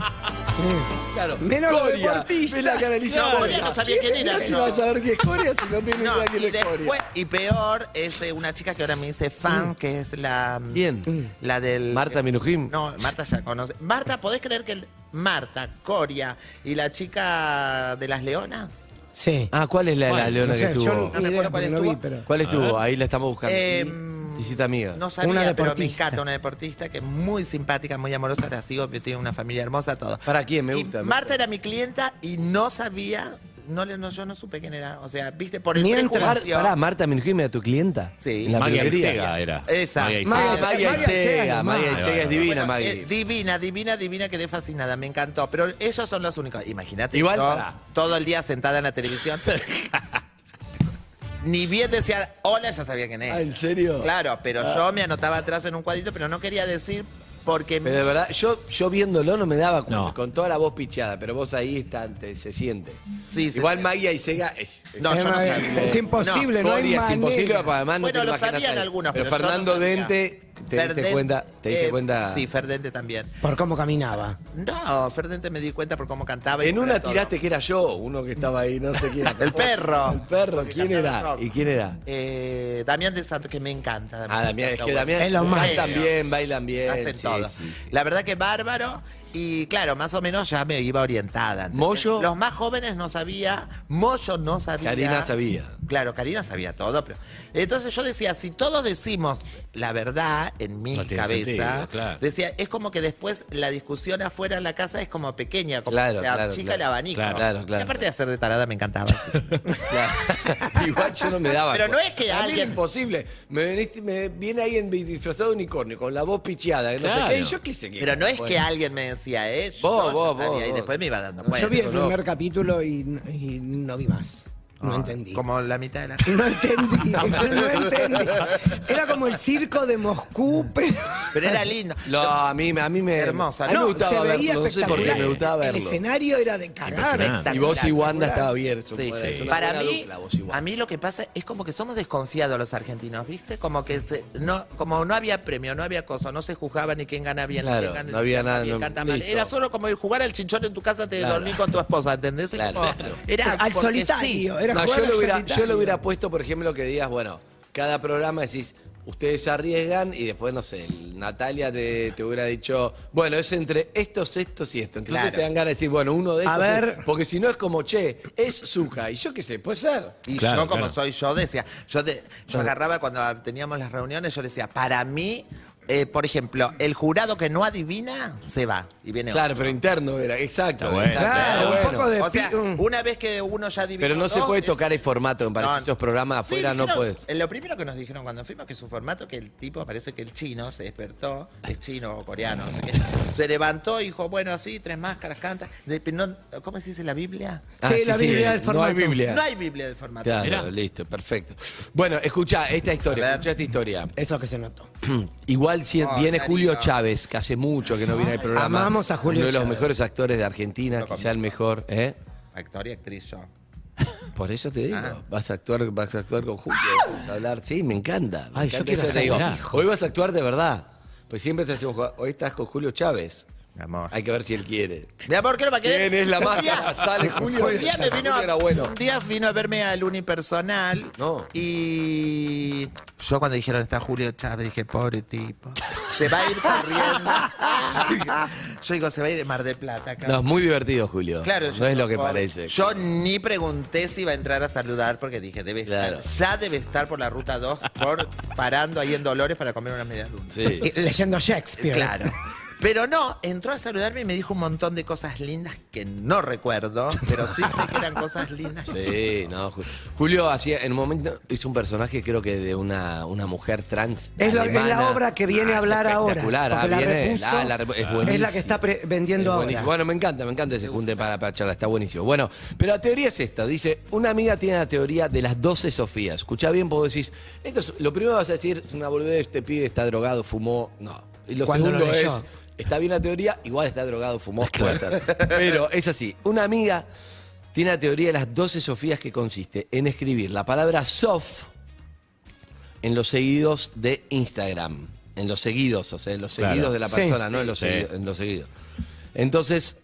I: Claro.
F: Menos los
I: Coria,
F: deportistas.
I: ve la cara de Alicia
G: No,
I: Coria.
G: Coria no sabía quién era,
I: Si
G: no.
I: vas a saber quién es Coria si no tienes
G: No,
I: idea quién
G: y
I: es
G: después,
I: Coria. Mm.
G: y peor, es eh, una chica que ahora me dice fan, que es la. mm,
I: ¿Quién?
G: La del.
I: Marta Minujín.
G: No, Marta ya conoce. Marta, ¿podés creer que el- Marta, Coria y la chica de las leonas?
F: Sí.
I: Ah, ¿cuál es la de la
F: Bueno,
I: leona
F: o sea,
I: que
F: yo
I: estuvo?
G: No me
F: ni idea
G: acuerdo cuál
F: porque no vi,
G: estuvo.
F: pero-
I: ¿Cuál estuvo? Ahí la estamos buscando.
G: Eh,
I: Visita amiga.
G: No sabía,
F: Una
G: pero me
F: deportista.
G: encanta una deportista que es muy simpática, muy amorosa, la sigo, que tiene una familia hermosa, todo.
I: ¿Para quién? Me
G: Y
I: gusta, me
G: Marta
I: gusta.
G: era mi clienta y no sabía, no, le- no yo no supe quién era. O sea, viste, por el
I: Ni entra- Mar-
G: prejuicio.
I: Pará, Marta Minujín era tu clienta.
G: Sí.
I: En la
H: Magia
I: peluquería.
H: Isega era.
G: Esa.
H: Magia Isega.
I: Ah,
F: Magia-
I: Magia
F: Magia Isega,
I: Isega. Magia
F: nomás.
I: Isega es divina,
G: Bueno,
I: Magia.
G: eh, divina, divina, divina, quedé fascinada, me encantó. Pero ellos son los únicos. Imagínate,
I: Igual,
G: yo
I: pará.
G: todo el día sentada en la televisión. Ni bien decía hola, ya sabía quién era.
I: Ah, ¿en serio? Ah.
G: Claro, pero yo me anotaba atrás en un cuadrito, pero no quería decir porque
I: Pero de verdad, yo, yo viéndolo no me daba cuenta,
H: No.
I: con toda la voz pichada, pero vos ahí está, te- se siente.
G: Sí, se
I: Igual
G: siente.
I: Magia y Sega es, es-
G: No,
F: Es,
G: yo no
F: ma-
G: sabía.
F: es imposible, no, hay
I: Coria, es
F: manera.
I: imposible, porque además no
G: Bueno,
I: te
G: lo
I: imaginas
G: sabían
I: ahí.
G: algunos,
I: Pero,
G: pero yo no
I: Fernando
G: sabía.
I: Dente, te
G: Ferden-
I: diste cuenta, te diste
G: eh,
I: cuenta.
G: Sí, Ferdente también.
F: Por cómo caminaba.
G: No, Ferdente me di cuenta por cómo cantaba. y
I: en
G: por
I: una
G: todo.
I: tiraste que era yo, uno que estaba ahí, no sé quién era.
G: El perro.
I: El perro,
G: Porque
I: ¿quién
G: cantaba
I: era?
G: rock.
I: ¿Y quién era?
G: Eh, Damián del Santo, que me encanta.
I: Ah,
G: del
I: Damián, es
G: Santo,
I: que
G: bueno.
I: Damián.
F: Es lo más.
I: Cantan bien, bailan bien.
G: Hacen
I: sí,
G: todo.
I: sí, sí.
G: La verdad que bárbaro. Y claro, más o menos ya me iba orientada. ¿entendés?
I: Moyo.
G: Los más jóvenes no sabía, Moyo no sabía.
I: Karina sabía.
G: Claro, Karina sabía todo. Pero... Entonces yo decía, si todos decimos la verdad en mi
H: No tiene
G: cabeza,
H: sentido, claro.
G: decía, es como que después la discusión afuera en la casa es como pequeña, como
I: Claro,
G: que se
I: claro,
G: chica
I: claro.
G: el abanico.
I: Claro, claro, claro.
G: Y aparte de hacer de tarada me encantaba. sí.
I: Claro. Igual yo no me daba.
G: Pero
I: cuenta.
G: no es que
I: Para mí
G: alguien-
I: era imposible. Me, veniste- me viene alguien disfrazado de unicornio, con la voz picheada, que no
H: Claro.
I: sé qué. Y yo qué sé qué.
G: Pero no es
I: Bueno.
G: que alguien me decía, ¿eh? Yo
I: Vos,
G: ya
I: vos, vos,
G: sabía, Y
I: vos.
G: después me iba dando cuenta.
F: Yo vi el
I: no, no.
F: primer capítulo y, y no vi más. No
G: Ah,
F: entendí.
G: Como la mitad de la.
F: No
I: Ah,
F: entendí, no entendí. Era como el circo de Moscú, pero...
G: Pero era lindo.
I: No, a mí, a mí me.
G: Hermosa,
I: A mí me
G: no,
I: gustaba
F: se veía
I: verlo. No sé por qué
F: espectacular.
I: me gustaba
F: El
I: verlo.
F: escenario era de cagar.
H: Impresionante.
I: Y vos y Wanda
F: espectacular.
I: estaba bien. son
G: Sí,
I: buenas,
G: sí.
I: es una
G: Para
I: buena
G: mí,
I: dupla, vos y Wanda.
G: a mí lo que pasa es como que somos desconfiados los argentinos, ¿viste? Como que se- no, como no había premio, no había cosa, no se juzgaba ni quién gana bien, ni
I: Claro,
G: quién gana,
I: no había
G: quién canta
I: nada,
G: bien,
I: no-
G: canta mal.
I: listo.
G: Era solo como jugar al chinchón en tu casa, te
I: Claro.
G: dormí con tu esposa, ¿entendés? Y
I: Claro,
G: como-
I: claro.
G: Era
F: Al
G: porque sí.
F: solitario, era
I: No,
F: jugar
I: yo,
F: al
I: lo hubiera, yo
F: solitario.
I: lo hubiera puesto, por ejemplo, que digas, bueno, cada programa decís, ustedes se arriesgan y después, no sé, el Natalia te, te hubiera dicho, bueno, es entre estos, estos y estos. Entonces
G: Claro.
I: te dan ganas de decir, bueno, uno de
F: A
I: estos.
F: ver.
I: es- porque si no es como, che, es Zuka. Y yo qué sé, puede ser.
G: Y
H: Claro,
G: yo, como
H: claro.
G: soy yo, decía, yo, te- yo agarraba cuando teníamos las reuniones, yo decía, para mí, eh, por ejemplo, el jurado que no adivina se va ah, y viene
I: Claro,
G: otro.
I: pero interno era, exacto.
H: Está bueno.
I: exacto,
F: Claro,
I: está
F: un
I: bueno.
F: poco de...
G: O sea,
F: pi- un-
G: una vez que uno ya adivinó.
I: Pero no se
G: dos,
I: puede
G: es-
I: tocar el formato, me parece
G: No.
I: que estos programas
G: Sí,
I: afuera no
G: dijeron-
I: puedes.
G: eh, Lo primero que nos dijeron cuando fuimos que su formato, que el tipo parece que el chino se despertó, es chino o coreano, no sé qué, se levantó y dijo, bueno, así, tres máscaras, canta. De- no- ¿Cómo se dice la Biblia?
I: Ah,
F: Sí, la Biblia del
I: No hay
F: formato.
I: Biblia.
G: No hay Biblia del formato.
I: Claro,
H: Mirá.
I: listo, perfecto. Bueno, escucha esta
G: A
I: historia,
G: ver. Oh,
I: escucha esta historia.
F: Es lo que se notó.
I: Igual si
G: Ay,
I: viene
G: Darío.
I: Julio Chávez, que hace mucho que no viene al programa.
F: Amamos a Julio
I: Uno de los
F: Chávez.
I: mejores actores de Argentina,
G: Lo
I: quizá
G: conozco.
I: el mejor, ¿eh?
G: Actor y actriz yo.
I: Por eso te digo,
G: Ah.
I: vas a actuar, vas a actuar con Julio, vas a hablar, sí, me encanta. me
F: Ay, yo
I: encanta
F: quiero
I: eso, te
F: ser
I: digo,
F: hijo.
I: Hoy vas a actuar de verdad. Pues siempre te decimos, hoy estás con Julio Chávez. amor. Hay que ver si él quiere.
G: Mi amor, ¿qué no va a querer?
I: ¿Quién es la
G: Un
I: máscara?
G: día-
I: Sale Julio.
G: Un día, me vino,
I: Julio era bueno.
G: un día vino a verme al unipersonal. Y yo cuando dijeron está Julio Chávez, dije, pobre tipo. Se va a ir corriendo. yo digo, se va a ir de Mar de Plata acá.
I: No, es muy divertido, Julio.
G: Claro, yo
I: no es lo que
G: por-
I: parece.
G: Yo ni pregunté si iba a entrar a saludar porque dije, debe estar,
I: Claro.
G: ya debe estar por la ruta 2, por, parando ahí en Dolores para comer unas medias lunas.
F: Y eh, Leyendo Shakespeare.
G: Claro. Pero no, entró a saludarme y me dijo un montón de cosas lindas que no recuerdo, pero sí sé que eran cosas lindas.
I: Sí, no. Ju- Julio hacía, en un momento hizo un personaje, creo que de una, una mujer trans.
F: Es, lo- es la
I: alemana.
F: obra que
I: Ah,
F: viene a
I: es
F: hablar ahora.
I: espectacular,
F: porque
I: ah,
F: la
I: viene-
F: repuso,
I: ah, la repu- es
F: es la
I: buenísimo.
F: que está pre- vendiendo
I: Es
F: ahora.
I: buenísimo. Bueno, me encanta, me encanta ese junte para, para charla, está buenísimo. Bueno, pero la teoría es esta, dice, una amiga tiene la teoría de las 12 Sofías. Escuchá bien, vos decís, esto es- lo primero vas a decir, es una boludez, este pibe está drogado, fumó, no. Y lo
F: Cuando
I: segundo
F: lo leyó.
I: es, está bien la teoría, igual está drogado, fumó, puede ser. Pero es así, una amiga tiene la teoría de las 12 Sofías que consiste en escribir la palabra sof en los seguidos de Instagram. En los seguidos, o sea, en los
H: Claro.
I: seguidos de la
H: Sí.
I: persona, no en los,
H: Sí.
I: seguidos, en los seguidos. Entonces,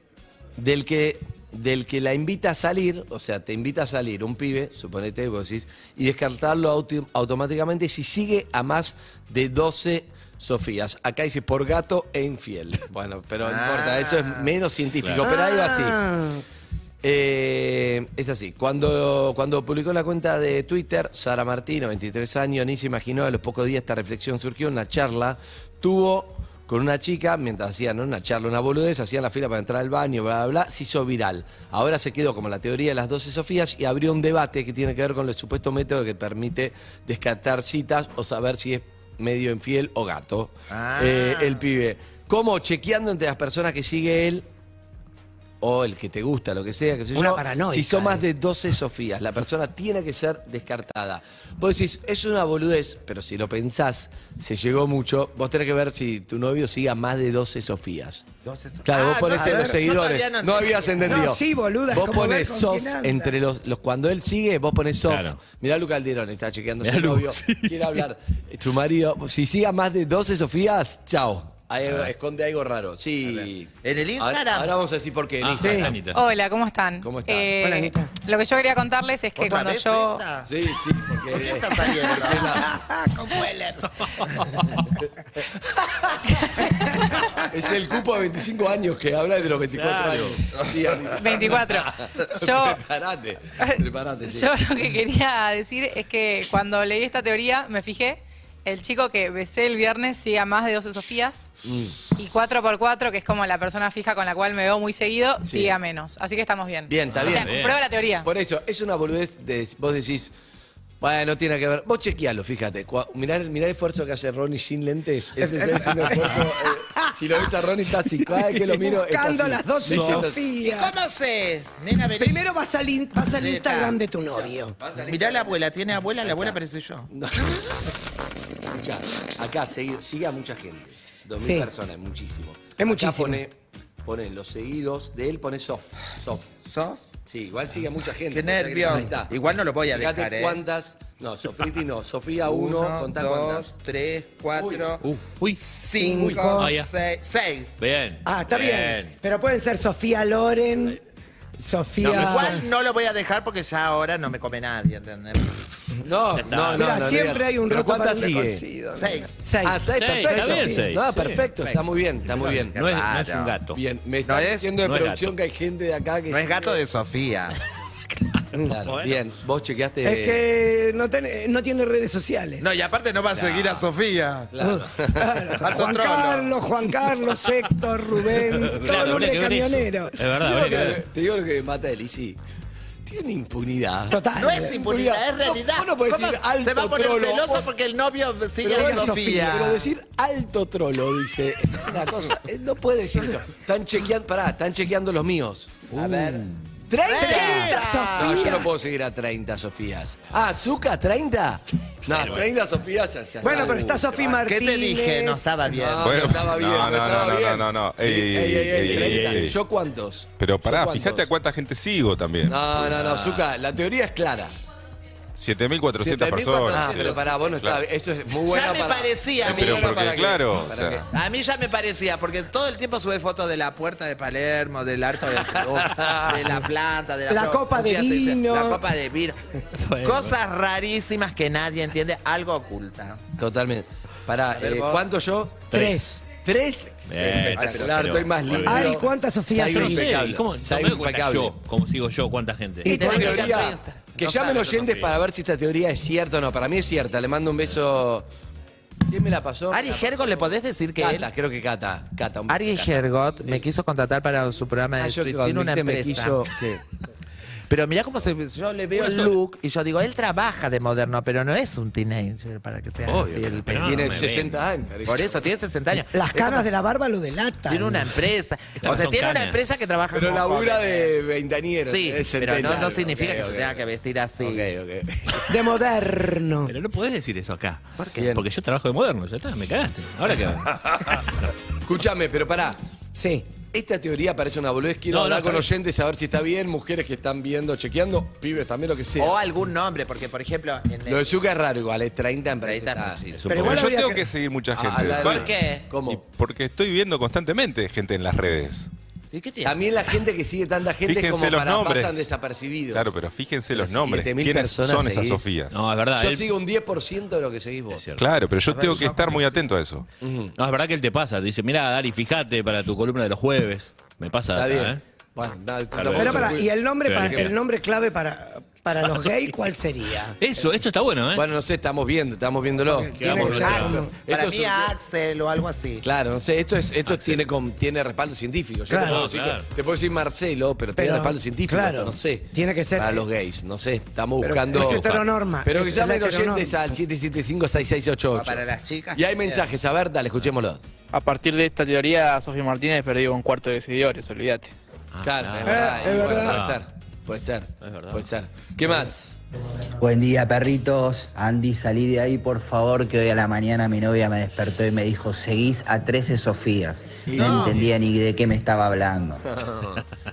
I: del que, del que la invita a salir, o sea, te invita a salir un pibe, suponete, vos decís, y descartarlo auti- automáticamente si sigue a más de 12 Sofías. Acá dice por gato e infiel. Bueno, pero no
G: Ah.
I: importa, eso es menos científico,
H: Claro.
I: pero
F: Ah.
I: ahí va así. Eh, es así, cuando, cuando publicó en la cuenta de Twitter, Sara Martino, 23 años, ni se imaginó, a los pocos días esta reflexión surgió en una charla, tuvo con una chica, mientras hacían una charla, una boludez, hacían la fila para entrar al baño, bla, bla, bla, se hizo viral. Ahora se quedó como la teoría de las 12 Sofías y abrió un debate que tiene que ver con el supuesto método que permite descartar citas o saber si es medio infiel o gato.
G: Ah.
I: Eh, el pibe, como chequeando entre las personas que sigue él o el que te gusta, lo que sea, que sé
F: Una
I: yo.
F: paranoica,
I: Si son más de
F: eh.
I: 12 Sofías, la persona tiene que ser descartada. Vos decís, es una boludez, pero si lo pensás, se llegó mucho. Vos tenés que ver si tu novio sigue a más de 12 Sofías. Claro,
G: Ah,
I: vos ponés
G: no, a
I: en
G: ver,
I: los
G: yo
I: seguidores.
G: todavía no
I: No, habías
G: entendí.
I: entendido.
F: No, sí, boluda, es
I: Vos
F: como ver
I: ponés
F: con
I: soft
F: quién anda.
I: entre los, los- Cuando él sigue, vos ponés soft.
H: Claro.
I: Mirá a Luca Alderón, está chequeando
H: Mirá
I: su
H: Lu-
I: novio.
H: sí,
I: quiere
H: sí.
I: hablar. Eh, Su marido. Si sigue a más de 12 Sofías, chao. Ahí esconde algo raro. Sí.
G: En el Instagram.
I: Ahora, ahora vamos a decir por qué.
H: Ah,
I: Nico.
H: Anita.
K: Oh. Hola, ¿cómo están? Eh,
I: ¿Cómo estás?
F: Hola, Anita.
K: Lo que yo quería contarles es que
G: ¿Otra
K: cuando
G: vez
K: yo...
G: esta?
I: Sí, sí, porque.
G: ¿Por qué está saliendo?
I: Es la- es el cupo de 25 años que habla de los 24
H: Claro.
I: años. Sí, Anita.
K: 24. Yo-
I: Preparate, preparate. sí.
K: Yo lo que quería decir es que cuando leí esta teoría me fijé, el chico que besé el viernes sigue a más de 12 Sofías
I: Mm.
K: y 4x4, que es como la persona fija con la cual me veo muy seguido,
I: Sí.
K: sigue a menos. Así que estamos bien.
I: Bien, está
K: O
I: bien.
K: sea, comprueba la teoría.
I: Por eso, es una boludez de vos decís. Bueno, no tiene que ver. Vos chequealo, fíjate. Cua- Mirá, el- mirá el esfuerzo que hace Ronnie sin lentes. Este es- es un esfuerzo. eh, si lo ves a Ronnie, está así. Cada vez que lo miro. está
F: Buscando
I: así.
F: las 12
I: Sí, sí, está así.
G: ¿Y
F: Sofías.
G: cómo sé? Nena, vení.
F: Primero vas al, in- vas al
G: Neta.
F: Instagram de tu novio.
G: Mirá la abuela, tiene abuela, la abuela parece yo.
I: Escuchá, acá segui- sigue a mucha gente. 2.000
F: Sí.
I: personas, muchísimo.
F: Es muchísimo.
I: Pone, pone los seguidos de él, pone soft. soft.
G: ¿Sos?
I: Sí, igual sigue a mucha gente.
G: Qué nervios.
I: Ahí está.
G: Igual no lo voy a
I: Fíjate
G: dejar, ¿eh?
I: cuántas. No, Sofriti no. Sofía 1,
G: Uno,
I: contá
G: dos,
I: cuántas.
G: tres, cuatro,
H: Uh, uy.
G: cinco,
H: Ah, ya.
G: seis, seis.
H: Bien.
F: Ah, está bien. Pero pueden ser Sofía Loren, Sofía.
H: No,
G: Igual no lo voy a dejar porque ya ahora no me come nadie, ¿entendés?
I: No,
H: Ya está.
I: no, no.
F: Mira,
I: no,
F: siempre
I: no.
F: hay un
I: ¿Pero
F: roto para
I: ¿Cuántas
F: un
I: sigue?
F: descosido, ¿no?
G: Seis.
F: Seis.
I: Ah, seis,
H: Seis,
I: perfecto.
H: está bien, seis,
I: No,
H: sí.
I: perfecto, está muy bien, está muy bien.
H: No es, no es un
G: Claro.
H: gato.
I: Bien, me
G: No
I: está
G: es-
I: diciendo de
H: no es gato.
I: producción que hay gente de acá que.
G: No es gato de Sofía.
I: Claro,
H: Bueno.
I: Bien, vos chequeaste.
F: Es que no, ten- eh, no tiene redes sociales.
G: No, y aparte no va a seguir a Sofía.
I: Claro.
G: Vas a
F: Juan
G: otro, ¿no?
F: Carlos, Juan Carlos, Héctor, Rubén,
H: Claro, habría
F: todo lunes
H: que ver eso.
F: camionero.
H: Es verdad, habría
I: Te digo
H: que
I: lo
H: ver.
I: que- te digo lo que me mata de Lisi. Tiene impunidad.
F: Total.
G: No es impunidad, es realidad.
I: Vos no podés
G: ¿Cómo
I: decir alto
G: se va a poner
I: trolo,
G: celoso
I: vos-
G: porque el novio sigue
I: Pero,
G: a
I: es-
G: Sofía.
I: pero decir alto trolo, dice, es una cosa. eh, No puede decir eso. Están chequeando, pará, están chequeando los míos.
G: A ver. Ah.
I: ¡30! No, Ah, yo
F: Sofías.
I: no puedo seguir a 30 Sofías. Ah, Zucca, ¿30? No, 30 Sofías ya, ya
F: Bueno, pero está Sofía
G: ¿Qué
F: Martínez.
G: te dije? No estaba bien.
I: No,
J: Bueno,
I: no Ah, estaba
J: no,
I: bien, no,
J: no, no,
I: estaba
J: no,
I: bien.
J: no, no.
I: Sí,
J: Ey,
I: ey,
J: ey,
I: ey,
J: ey,
H: ey,
I: 30.
J: ey.
I: ¿Yo cuántos?
J: Pero
I: ¿Yo
J: pará,
I: cuántos?
J: fíjate a cuánta gente sigo también.
I: No, no, no, Zucca, la teoría es clara.
J: 7.400
I: Ah,
J: personas. sí.
I: pero pará, vos no
J: Claro.
I: estabas- Eso es muy
G: ya
I: bueno.
G: me parecía a mí.
J: Pero porque, claro, o
I: para
J: sea,
I: que-
G: A mí ya me parecía, porque todo el tiempo sube fotos de la puerta de Palermo, del arco de, de la planta, de la,
F: La
G: flor.
F: copa de
G: Fíjate, dice,
F: vino.
G: La copa de vino.
I: Bueno.
G: Cosas rarísimas que nadie entiende, algo oculta.
I: Totalmente. Pará,
G: ver,
I: eh,
G: vos.
I: ¿cuánto yo?
F: Tres.
I: ¿Tres?
H: Bien,
I: Espectacular,
H: pero-
I: estoy más
H: muy
I: limpio.
H: bien.
F: Ari, ¿cuántas Sofías
I: Soy
H: Yo no
F: son?
H: sé,
I: impecable.
H: ¿cómo, no
I: Soy
H: me doy cuenta
I: impecable.
H: yo, cómo sigo yo, cuánta gente.
I: Y tu
G: Tenés que ir a tu
I: teoría,
G: Insta.
I: que
G: No
I: llamen
G: sabe,
I: oyentes
H: no
I: para ver si esta teoría es cierta o no. Para mí es cierta. Le mando un beso. ¿Quién me la pasó?
G: Ari
I: La-
G: Gergo, ¿le podés decir que él?
I: Cata, creo que Cata. Cata un beso,
G: Ari
I: Cata.
G: Gergot me quiso contratar para su programa de
I: Ah, yo
G: Twitch.
I: cuando
G: Tiene una
I: dijiste me
G: empresa.
I: quiso, ¿qué?
G: Pero mirá cómo se, yo le veo el look y yo digo, él trabaja de moderno, pero no es un teenager para que sea
H: Obvio,
G: así el
H: pero
G: pelo.
H: no,
I: Tiene
H: me
I: 60 años. Ari.
G: Por eso, tiene 60 años.
F: Las
G: Es como-
F: canas de la barba lo delatan.
G: Tiene una empresa.
H: Estas
G: O sea,
H: son
G: tiene una
H: canas.
G: empresa que trabaja
I: Pero
G: con
I: labura
G: jóvenes.
I: de veintañero.
G: Sí,
I: es
G: pero no, no
I: centenario.
G: significa
I: Ok,
G: que
I: ok.
G: se tenga que vestir así.
I: Ok, ok.
F: De moderno.
H: Pero no podés decir eso acá.
I: ¿Por qué?
H: Porque yo trabajo de moderno, ya está, me cagaste. Ahora qué hago.
I: Escúchame, pero pará.
F: Sí.
I: Esta teoría parece una boludez. Quiero
H: No, no,
I: hablar
H: está
I: con
H: bien.
I: oyentes a ver si está bien, mujeres que están viendo, chequeando, pibes también, lo que sea.
G: O algún nombre, porque por ejemplo, en el-
I: Lo de Zucca es raro igual, es 30 en
G: Ahí está,
I: está-
G: sí,
F: Pero
J: Pero
F: igual
J: yo
F: había
J: tengo
F: que-
J: que seguir mucha gente.
I: Ah, la-
J: Estoy-
G: ¿Por qué?
J: y-
I: ¿Cómo?
J: Porque estoy viendo constantemente gente en las redes.
G: ¿Y qué tiene?
I: También la gente que sigue tanta gente es
J: Fíjense
I: como
J: los
I: para
J: nombres.
I: pasan desapercibidos.
J: Claro, pero fíjense los
I: Pero
J: nombres.
I: 7.000
J: ¿Quiénes
I: personas
J: son esas
I: seguís.
J: Sofías?
H: No, es verdad.
I: Yo
H: él-
I: sigo un 10% de lo que seguís vos.
J: eh. Claro, pero yo
G: ver,
J: tengo que
G: yo-
J: estar muy atento a eso.
H: No, es verdad que él te pasa. Te dice, mira, Dari, fíjate para tu columna de los jueves. Me pasa
I: Está
H: acá,
I: bien.
H: ¿eh?
I: Bueno, nada,
H: Pero
I: tampoco
F: Pero para,
I: soy-
F: ¿y el nombre,
H: Pero
F: para-
H: ligera.
F: el nombre clave para, para los gays cuál sería?
H: Eso, esto está bueno, ¿eh?
I: Bueno, no sé, estamos viendo, estamos viéndolo.
F: Tiene que
H: Quedamos
F: ser
H: bloqueados.
F: como-
I: Esto
G: Para
I: es
G: mí
I: un-
G: Axel o algo así.
I: Claro, no sé, esto, es, esto tiene, con- tiene respaldo científico. Yo te,
F: Claro.
I: puedo decir,
H: Claro.
I: te puedo decir Marcelo, pero,
F: Pero,
I: tiene respaldo científico.
F: claro,
I: esto no sé.
F: tiene que ser-
I: Para los gays, no sé. Estamos
F: Pero
I: buscando.
F: es heteronorma,
I: Pero que
F: es la
I: llamen oyentes
F: heteronorma.
I: al 775-6688.
G: Para las chicas
I: Y hay
G: también.
I: mensajes, a ver, dale, escuchémoslo.
E: A partir de esta teoría, Sofía Martínez perdió un cuarto de seguidores, olvídate.
I: claro,
H: ah,
I: es verdad.
F: eh,
I: y
F: es
I: bueno,
F: verdad.
I: Puede ser. Puede ser.
H: Es verdad.
I: Puede ser. ¿Qué más?
M: Buen día, perritos. Andy, salí de ahí, por favor, que hoy a la mañana mi novia me despertó y me dijo, seguís a 13 Sofías. No, entendía ni de qué me estaba hablando.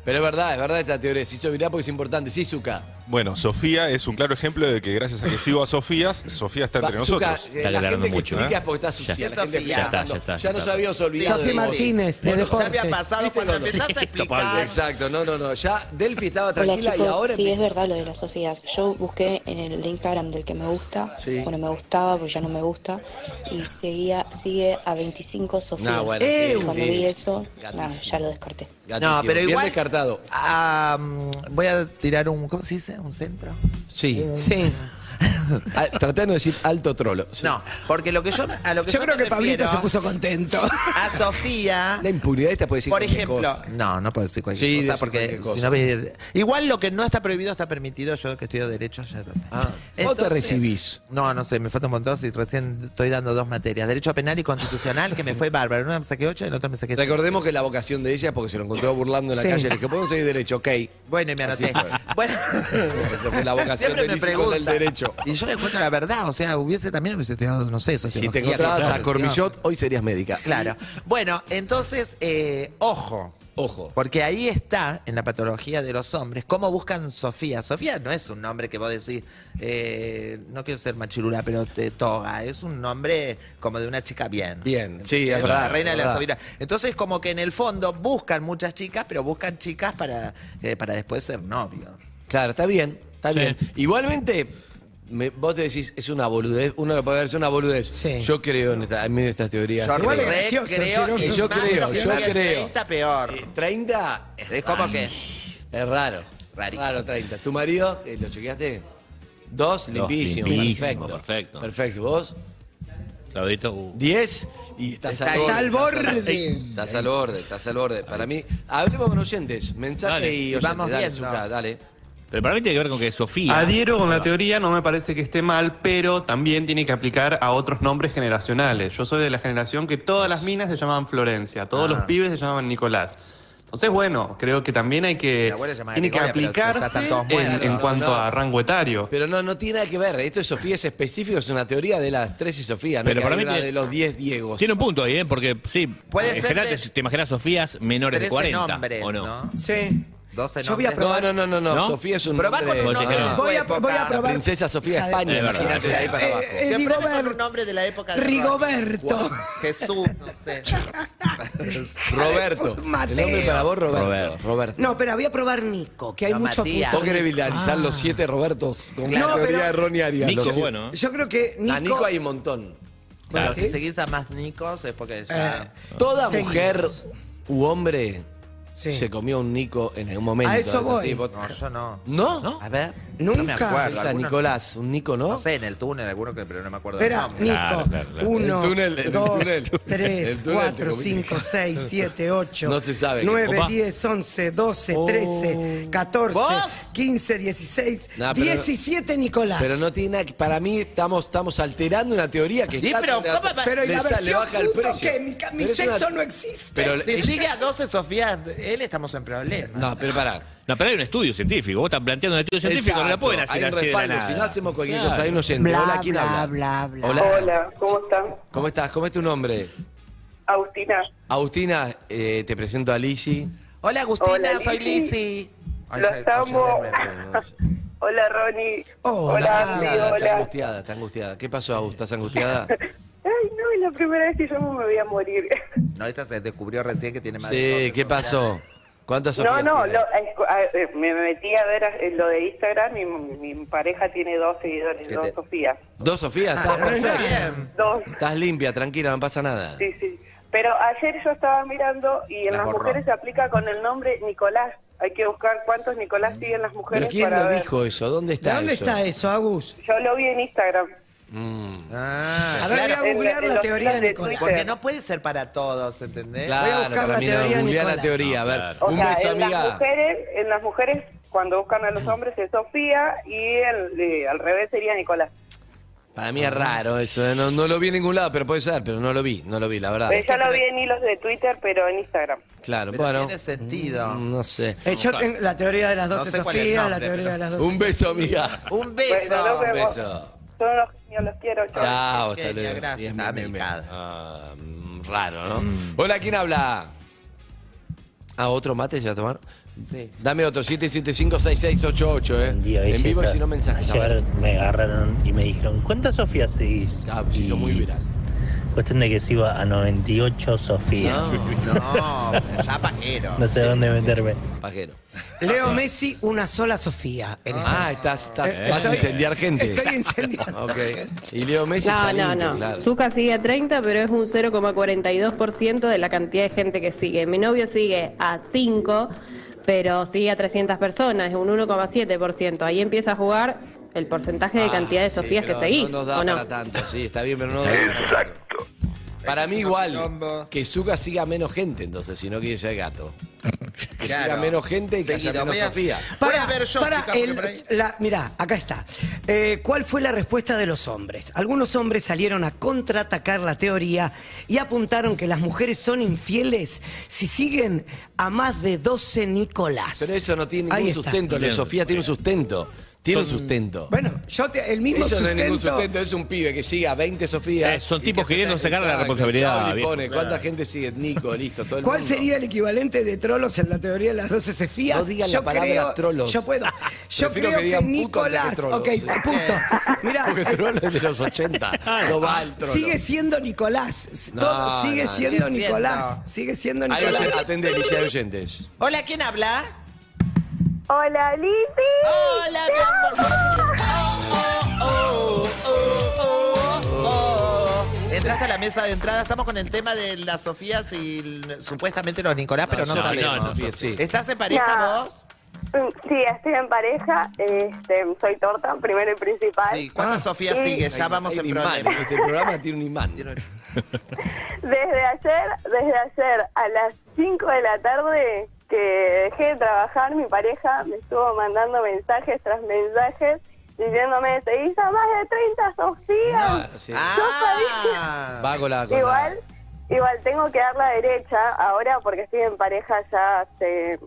I: Pero es verdad, es verdad esta teoría. Se hizo viral porque es importante. Sí, Zuka.
J: Bueno, Sofía es un claro ejemplo de que gracias a que sigo a Sofías, Sofía está entre
I: Va, Zuka,
J: nosotros.
I: eh,
H: Está
I: la
H: aclarando
I: gente que
H: mucho,
I: critica
H: ¿eh?
I: es porque está sucia.
H: Ya
I: la gente
G: está, ya
I: está,
H: está, ya está,
I: Ya nos
H: está.
I: habíamos olvidado.
F: Sofía
I: de-
F: Martínez, de
G: Bueno, ya
F: Deportes.
G: me ha pasado
I: ¿Viste
G: cuando
I: cuando-
G: empezás a explicar.
I: Exacto, no, no, no. Ya Delphi estaba Ah, tranquila y ahora.
N: sí, es verdad lo de las Sofías. Yo busqué en el Instagram del que me gusta,
I: Sí.
N: bueno, me gustaba, pues ya no me gusta, y seguía, sigue a 25 Sofías.
I: Nah, bueno,
N: Y
I: sí,
N: cuando
I: sí.
N: vi eso,
I: Gatísimo.
N: nada, ya lo descarté.
I: Gatísimo.
G: No, pero
I: Bien
G: igual-
I: descartado.
G: Ah, mm, voy a tirar un. ¿Cómo se dice? ¿Un centro?
I: Sí.
F: Sí.
I: Tratando de decir alto trolo. Sí.
G: No, porque lo que yo. A lo que yo,
F: Yo creo
G: me
F: que Pablito
G: refiero-
F: se puso contento.
G: A Sofía.
I: La impunidad esta puede decir.
G: Por
I: cualquier
G: ejemplo,
I: cosa.
G: no, no puedo decir cualquier
I: Sí,
G: cosa
I: decir
G: porque
I: cualquier cosa.
G: si no me- igual lo que no está prohibido está permitido, yo que estudio derecho ya lo sé.
I: Ah, ¿vos te recibís?
G: No, no sé, me falta un montón si recién estoy dando dos materias, derecho penal y constitucional que me fue bárbaro, una me saqué ocho y la otra me saqué cinco.
I: Recordemos que la vocación de ella es porque se lo encontró burlando en la
F: Sí.
I: calle. Le dije, podemos seguir derecho, ok.
G: Bueno, y me anoté.
I: Así fue.
G: Bueno,
I: Esa fue la vocación
G: Siempre
I: del
G: me
I: Isi con el
G: pregunta.
I: derecho.
G: Y yo le cuento la verdad, o sea, hubiese también hubiese estudiado, no sé,
I: Si
G: sociología.
I: te encontrabas a
G: constitución.
I: Cormillot, hoy serías médica.
G: Claro. Bueno, entonces, eh, ojo.
I: Ojo.
G: Porque ahí está, en la patología de los hombres, cómo buscan Sofía. Sofía no es un nombre que vos decís, eh, no quiero ser machirula, pero te toga. Es un nombre como de una chica bien.
I: Bien, sí,
G: ¿Entendés?
I: es verdad,
G: La reina
I: es
G: de la
I: verdad.
G: Sofía. Entonces, como que en el fondo buscan muchas chicas, pero buscan chicas para, eh, para después ser novios.
I: Claro, está bien, está
H: Sí.
I: bien. Igualmente, me- vos te decís, es una boludez, uno lo puede ver, es una boludez.
F: Sí.
I: Yo creo en, esta, en mí en estas teorías.
G: Yo
F: Igual es
G: re
F: gracioso,
G: creo,
F: si no-
G: y
I: Yo
G: más
I: creo,
G: si
I: yo
G: tiene
I: creo.
G: 30 peor.
I: Eh, 30
G: Es como que-
I: Es raro.
G: Rarísimo.
I: Raro 30. ¿Tu marido, eh, lo chequeaste? Dos, limpísimo.
H: limpísimo,
I: perfecto.
H: perfecto.
I: Perfecto. ¿Vos?
H: Claudito, uh,
I: 10 y estás
G: Está-
I: al borde.
G: está
F: al borde.
I: Estás al borde, estás al borde. Para mí, hablemos con oyentes. Mensaje
H: Dale.
I: y
G: Y
I: oyentes.
G: vamos
I: dale,
G: viendo.
I: Zucca, dale.
H: Pero para mí tiene que ver con que Sofía. Ah.
E: Adhiero con la teoría, no me parece que esté mal, pero también tiene que aplicar a otros nombres generacionales. Yo soy de la generación que todas las minas se llamaban Florencia, todos
H: Ah.
E: los pibes se llamaban Nicolás. Entonces, bueno, creo que también hay
G: Mi
E: que,
G: abuela se llamaba
E: tiene que
G: Gregoria, pero ya
E: aplicarse
G: están todos
E: en,
G: muertos.
E: en
I: No,
E: cuanto
I: no.
E: a rango etario.
I: Pero no, no tiene nada que ver. Esto de Sofía es específico, es una teoría de las 13 Sofías, ¿no?
H: Pero
I: Que
H: para
I: hay
H: mí
I: una
H: tiene-
I: de los 10 Diegos.
H: Tiene un punto ahí, ¿eh? Porque sí.
G: Puede ser
H: esperate,
G: de-
H: te imaginas Sofías menores de
G: 13
H: 40.
G: nombres,
H: ¿O no?
G: ¿no?
F: Sí.
G: 12
F: Yo voy a probar.
I: No, no, no, no, no. Sofía es un
G: Probá
I: nombre-
G: con un nombre de tu
F: Voy a-
G: época.
F: voy a probar-
I: Princesa Sofía España.
F: Es verdad.
I: imagínate, de ahí para
F: Eh,
I: abajo.
F: eh,
G: Que pruebe con
F: Rigoberto.
G: un nombre de la época de
F: Rigoberto.
G: Rock. Jesús, no sé.
I: Roberto.
F: Mateo.
I: El nombre para vos, Roberto. Roberto.
F: No, pero voy a probar Nico, que hay
G: No,
F: mucho
G: Matías.
F: puto
I: Vos querés viralizar los siete Robertos con
F: No,
I: una
F: pero-
I: teoría errónea. haría
H: Nico
I: los
H: es
I: siete.
H: bueno, ¿eh?
F: Yo creo que Nico.
I: A Nico hay un montón.
G: Bueno, si
F: ¿sí?
G: seguís a más Nicos es porque ya.
I: Eh, Toda
F: Eh, Seguimos.
I: mujer u hombre
F: Sí.
I: se comió un Nico en algún momento.
F: A eso
I: ¿es
F: voy.
I: así? Vos-
G: No, yo no.
I: ¿No?
G: A ver, no me
F: Nunca.
G: acuerdo.
I: Era
G: alguno-
I: Nicolás, un Nico, ¿no?
G: No sé, en el túnel, alguno que, pero no me acuerdo. del
F: Espera,
G: nombre.
F: Nico.
H: Claro, claro, claro.
F: Uno,
I: El túnel, el
F: dos,
I: túnel. El
F: Ah. tres,
I: túnel,
F: cuatro,
I: te comiste.
F: cinco, seis, siete, ocho.
I: No se sabe.
F: Nueve,
H: Opa. Oh.
F: diez, once, doce, trece, catorce,
G: ¿Vos?
F: quince, dieciséis,
I: Nah, pero-
F: diecisiete, Nicolás.
I: Pero no tiene nada que. Para mí estamos, estamos alterando una teoría que
G: Y
I: está.
G: pero, ¿cómo va-
F: Pero y
I: le
F: la
I: sa- le
F: versión
I: baja el
F: puto
I: precio.
F: que mi, ca- mi
I: Pero es una-
F: sexo no existe.
I: Pero le-
G: Si sigue a 12 Sofía, él estamos en problemas.
I: No, pero pará.
H: No, pero hay un estudio científico. Vos estás planteando un estudio científico, no la
I: Exacto,
H: pueden hacer
I: hay un
H: así de la
I: respaldo,
H: nada.
I: Si no hacemos cualquier cosa, hay un oyente. Hola, ¿quién habla? Hola.
O: Hola, ¿cómo están?
I: ¿Cómo estás? ¿Cómo es tu nombre?
O: Agustina,
I: Agustina, eh, te presento a Lizzy.
G: Hola, Agustina,
O: Hola,
G: soy Lizzy.
O: Lizzy.
G: Ay,
O: Lo
G: ya-
O: estamos.
G: ya me-
O: hola Ronnie. Andy,
I: Está
O: hola.
I: angustiada, está angustiada. ¿Qué pasó, Agus? ¿Estás angustiada?
O: Ay, no, es la primera vez que yo me voy a morir.
G: No, esta se descubrió recién que tiene más de
I: Sí,
G: 12
I: ¿qué
G: Sofía.
I: pasó? ¿Cuántas
O: No,
I: Sofías
O: no,
I: tiene?
O: lo- eh, escu- ah, eh, me metí a ver eh, lo de Instagram y mi, mi pareja tiene dos seguidores,
G: ¿Qué
O: dos
G: te-
O: Sofías.
I: Dos Sofías,
G: Ah,
I: estás perfecta.
O: Dos,
I: Estás limpia, tranquila, no pasa nada.
O: sí, sí. Pero ayer yo estaba mirando y en
G: La
O: las
G: borró.
O: mujeres se aplica con el nombre Nicolás. Hay que buscar cuántos
G: Mm.
O: Nicolás siguen las
I: ¿Pero
O: mujeres
I: quién
O: para
I: lo
O: ver.
I: dijo eso? ¿Dónde
F: ¿De
I: está
F: dónde
I: eso?
F: está eso, Agus?
O: Yo lo vi en Instagram.
I: Mm,
G: Ah,
F: A ver,
G: claro,
F: voy a googlear
O: En la- en
F: la
O: los
F: teoría de
O: planes de
F: Nicolás.
O: Twitter.
G: porque no puede ser para todos, ¿entendés?
F: Voy a
I: Claro,
F: buscar
I: para
F: la
I: mí no.
F: teoría de
I: Googleá la
F: Nicolás.
I: teoría. A ver,
O: O
I: un
O: sea,
I: beso,
O: en las
I: amiga.
O: mujeres, en las mujeres cuando buscan a los hombres es Sofía y el, eh, al revés sería Nicolás.
I: Para mí es raro eso. eh, No, no lo vi en ningún lado, pero puede ser, pero no lo vi, no lo vi, la verdad.
O: Pero yo lo vi en hilos de Twitter, pero en Instagram.
I: Claro,
G: Pero
I: bueno.
G: tiene sentido.
I: mm, No sé.
F: Eh, yo tengo la teoría de las
G: No
F: 12
G: sé cuál es el
F: Sofías, la
G: nombre,
F: teoría
G: pero-
F: de las 12
I: Un beso, amiga.
G: Un
O: Bueno,
G: beso.
O: nos vemos.
I: Beso.
O: Son unos genios, los quiero. chao.
I: Chao, hasta
G: Genia,
I: luego.
G: gracias,
I: Bien,
G: estaba
I: bien, bien, bien.
G: medicada.
I: Ah, mm, raro, ¿no? Hola, ¿quién habla? Ah, otro mate ya tomar.
G: Sí.
I: Dame otro, 775-6688, ¿eh? en vivo y si no mensajes. a ver.
P: me agarraron y me dijeron, ¿cuántas Sofías seguís?
I: Ah, sí, yo muy viral.
P: Cuestión de que se iba a 98 Sofías.
G: No, ya pajero.
P: sé dónde meterme.
I: Pajero.
F: Leo Messi, una sola Sofía. en esta-
I: Ah, estás, estás,
F: Eh,
I: vas a
F: estoy-
I: incendiar gente.
F: Estoy incendiando.
I: Ok. Y Leo Messi
Q: No,
I: está
Q: no,
I: limpio,
Q: no.
I: claro.
Q: Zuka sigue a 30, pero es un 0,42% de la cantidad de gente que sigue. Mi novio sigue a 5, pero sigue a 300 personas, es un 1,7%. Ahí empieza a jugar el porcentaje de
I: Ah,
Q: cantidad de
I: sí,
Q: Sofías que
I: pero
Q: seguís,
I: No nos da
Q: ¿o no?
I: para tanto, sí, está bien, pero no nos da para tanto. Para mí
G: Es un
I: igual,
G: quilombo.
I: que Zuka siga menos gente, entonces, si no quiere ser gato. Que
G: Claro.
I: siga menos gente y que haya
G: Seguido,
I: menos
G: voy a-
I: Sofía.
G: Voy a ver yo,
F: para
G: chica, porque
F: el-
G: por ahí-
F: la- mirá, acá está. Eh, ¿Cuál fue la respuesta de los hombres? Algunos hombres salieron a contraatacar la teoría y apuntaron que las mujeres son infieles si siguen a más de 12 Nicolás.
I: Pero eso no tiene
F: Ahí
I: ningún
F: está.
I: sustento. Lo de
H: Bien.
I: Sofía tiene un sustento. Tiene
H: Son-
I: un sustento.
F: Bueno, yo te- el mismo
I: eso no es ningún
F: sustento.
I: sustento, es un pibe que sigue a 20 Sofía.
H: Eh, son tipos queriendo sacar la
I: sacarle
H: responsabilidad, viejo,
I: pone,
H: claro.
I: ¿Cuánta gente sigue? Nico, listo, todo el
F: ¿Cuál
I: mundo.
F: sería el equivalente de trolos en la teoría de las 12 cefías?
I: No digan la palabra trolos.
F: Yo puedo. Yo
I: Prefiero que
F: creo que,
I: digan puto antes que
F: Nicolás.
I: trolos,
F: ok,
I: sí.
F: punto. Mirá.
I: Porque el troll es de los 80. Ah, No va el troll.
F: ah, Sigue siendo Nicolás.
I: No,
F: Todo- sigue
I: no,
F: siendo
G: sigue
F: Nicolás.
G: siendo.
F: Sigue siendo
I: Hay oyentes,
F: Nicolás.
I: atende, Alicia, hay oyentes.
G: Hola, ¿quién habla?
O: Hola, Lizzy.
G: Hola, mi amor. Oh, oh, oh, oh, oh, oh. Entraste a la mesa de entrada. Estamos con el tema de las Sofías y l- supuestamente los Nicolás, pero no,
I: No, Sofía,
G: sabemos.
I: no, Sofía, sí.
G: ¿Estás en pareja
O: No.
G: vos?
O: Mm, Sí, estoy en pareja, este, soy torta, primero y principal.
G: Sí. ¿Cuántas Sofías
O: Ah. Sí.
G: sigues? Ya vamos
I: Hay un
G: en
I: imán.
G: problemas.
I: Este programa tiene un imán.
O: Desde ayer, desde ayer a las 5 de la tarde que dejé de trabajar, mi pareja me estuvo mandando mensajes tras mensajes diciéndome, te hizo más de 30 Sofías.
I: Claro, sí.
G: Ah,
I: Va con la. con la-
O: Igual, igual tengo que dar la derecha ahora porque estoy en pareja ya hace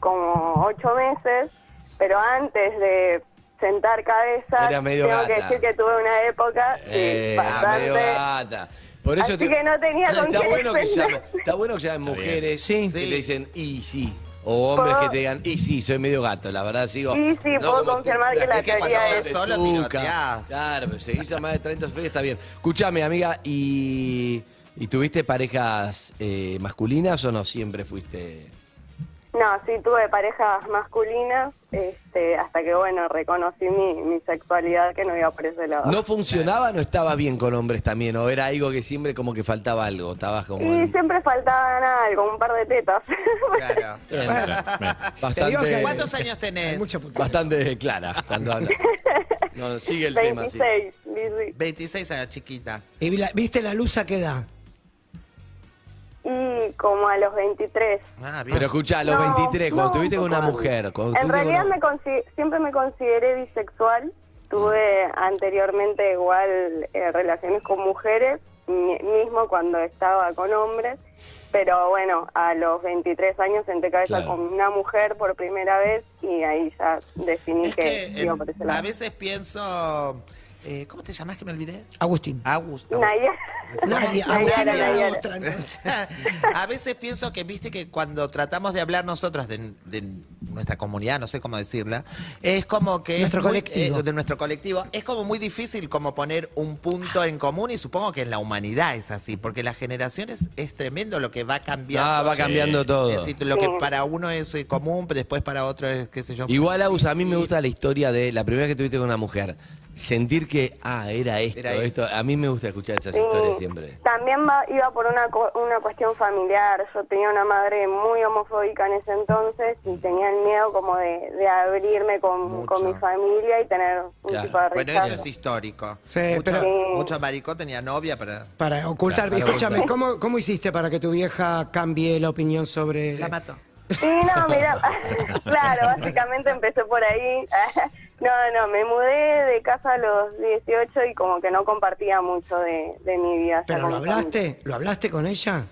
O: como ocho meses, pero antes de sentar cabeza,
I: Era medio
O: tengo que
I: gata.
O: decir que tuve una época sí,
I: Eh, ah,
O: bastante.
I: medio gata. Por eso
O: Así que no tenía con
I: está
O: qué
I: bueno que
O: defender.
I: llamen, Está bueno que llamen mujeres
F: Sí.
I: que
G: Sí.
I: le dicen, y sí. O hombres
O: Puedo-
I: que te digan, y sí, soy medio gato, la verdad sigo.
O: Y sí,
I: no
O: puedo
I: como
O: confirmar
I: te-
O: que la
I: es cuando
O: teoría
I: te
O: es-
I: suca.
O: Solo tiroteás.
I: Claro, pero seguís a más de 30 sofías, está bien. Escuchame, amiga, ¿y, y tuviste parejas eh, masculinas o no siempre fuiste?
O: No, sí tuve parejas masculinas, este, hasta que bueno, reconocí mi, mi sexualidad que no iba por ese lado.
I: ¿No funcionaba o estabas bien con hombres también? ¿O era algo que siempre como que faltaba algo? Estabas como...
O: y
I: en-
O: siempre faltaban algo, un par de tetas.
I: Bastante,
G: ¿Cuántos años tenés?
I: bastante clara cuando habla. No, sigue el tema, sí.
G: 26 años, chiquita.
F: Y la- ¿Viste la luz a qué edad?
O: Y como a los 23.
G: Ah,
I: Pero escuchá, a los
O: No,
I: 23, cuando
O: no,
I: estuviste con una
O: no.
I: mujer,
H: Oh,
I: cuando
O: En
I: estuviste con
O: realidad
I: una-
O: me consi- siempre me consideré bisexual. Tuve anteriormente igual eh, relaciones con mujeres, mi- mismo cuando estaba con hombres. Pero bueno, a los 23 años senté cabeza
G: Claro.
O: con una mujer por primera vez y ahí ya definí que,
G: Eh,
O: iba por ese lado.
G: a veces pienso. eh, ¿Cómo te llamás que me olvidé?
F: Agustín.
G: Agustín.
O: Nadia.
F: Nadia,
G: Nadia,
F: Agustín
G: Nadia,
F: era la
G: Nadia.
F: otra, entonces.
G: A veces pienso que, viste, que cuando tratamos de hablar nosotros de, de nuestra comunidad, no sé cómo decirla, es como que... es
F: Nuestro
G: muy-
F: colectivo.
G: eh, de nuestro colectivo. Es como muy difícil como poner un punto en común y supongo que en la humanidad es así, porque las generaciones es tremendo lo que va cambiando.
I: Ah, va cambiando todo.
G: Es decir, lo que para uno es eh, común, después para otro es, qué sé yo...
I: Igual, Agus, a mí me gusta la historia de la primera vez que tuviste con una mujer. Sentir que, ah, era esto,
G: Era
I: esto. A mí me gusta escuchar esas
O: Sí.
I: historias siempre.
O: También va- iba por una, co- una cuestión familiar. Yo tenía una madre muy homofóbica en ese entonces y tenía el miedo como de, de abrirme con, con mi familia y tener un
G: Claro.
O: tipo de
G: Bueno,
O: rechazo.
G: eso es histórico.
F: Sí,
G: mucho,
F: pero-
G: mucho maricón tenía novia, pero...
F: Para ocultar.
G: Claro, para
F: Escúchame,
G: ocultar.
F: ¿cómo, ¿cómo hiciste para que tu vieja cambie la opinión sobre. La
G: mató.
O: Sí, no, mira, claro, básicamente empecé por ahí. No, no, me mudé de casa a los 18 y como que no compartía mucho de, de mi vida. ya
F: ¿Pero
O: con
F: lo
O: mi familia.
F: hablaste? ¿Lo hablaste con ella?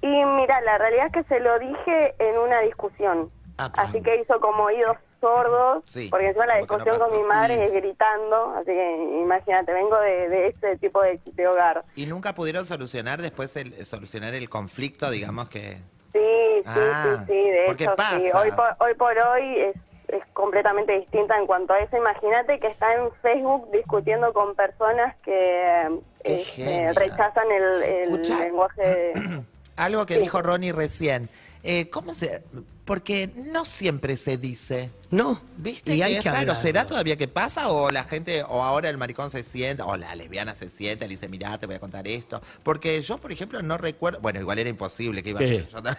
O: Y mira, la realidad es que se lo dije en una discusión. así que hizo como oídos sordos,
F: Sí,
O: porque encima la
F: como que no
O: discusión con
F: pasó.
O: mi madre es gritando, así que imagínate, vengo de, de ese tipo de, de hogar.
G: Y nunca pudieron solucionar después el, solucionar el conflicto, digamos que...
O: Sí, sí,
G: Ah,
O: sí, sí, de
G: porque
O: hecho,
G: pasa.
O: sí. Hoy por hoy, por hoy es, es completamente distinta en cuanto a eso. Imagínate que está en Facebook discutiendo con personas que
G: Qué
O: este,
G: genia.
O: rechazan el, el lenguaje...
G: Algo que
O: Sí.
G: dijo Ronnie recién. Eh, ¿Cómo se.? Porque no siempre se dice.
F: No.
G: ¿Viste?
F: y
G: que
F: hay
G: es
F: que
G: raro.
F: hablarlo.
G: ¿Será todavía que pasa? ¿O la gente, o ahora el maricón se sienta, o la lesbiana se sienta y le dice, mirá, te voy a contar esto? Porque yo, por ejemplo, no recuerdo. Bueno, igual era imposible que iba a
I: Sí.
G: yo no-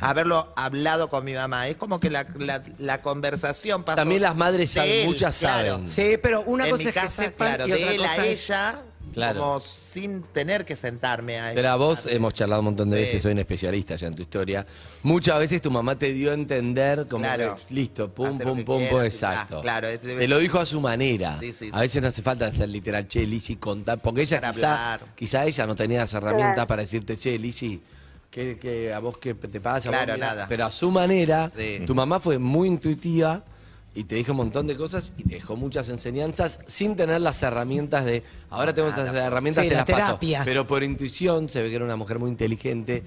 G: haberlo hablado con mi mamá. Es como que la, la- la conversación pasó.
I: También las madres
G: de
I: saben,
G: él,
I: muchas
G: claro.
I: saben.
F: Sí, pero una
G: en
F: cosa
G: mi
F: es que
G: casa,
F: sepan
G: claro,
F: y otra
G: de él a
F: cosa es-
G: ella,
I: Claro.
G: como sin tener que sentarme a
I: Pero a vos hemos charlado un montón de
G: Sí.
I: veces, soy un especialista ya en tu historia. Muchas veces tu mamá te dio a entender como
G: Claro.
I: que, listo, pum,
G: Hace lo
I: pum,
G: que
I: pum,
G: quieras,
I: pum,
G: ya está.
I: exacto.
G: Claro, es-
I: te lo dijo a su manera.
G: Sí, sí,
I: A veces no hace falta hacer literal, che, Lizzy, contar, porque ella
G: Para
I: quizá,
G: hablar.
I: quizá ella no tenía las herramientas
G: Claro.
I: para decirte, che, Lizzy, ¿qué, qué, a vos qué te pasa? A vos,
G: Claro,
I: mirá.
G: nada.
I: Pero a su manera,
G: Sí.
I: tu mamá fue muy intuitiva y te dijo un montón de cosas y te dejó muchas enseñanzas sin tener las herramientas de, ahora tenemos las herramientas,
F: Sí,
I: te
F: la
I: las paso.
F: terapia.
I: Pero por intuición se ve que era una mujer muy inteligente.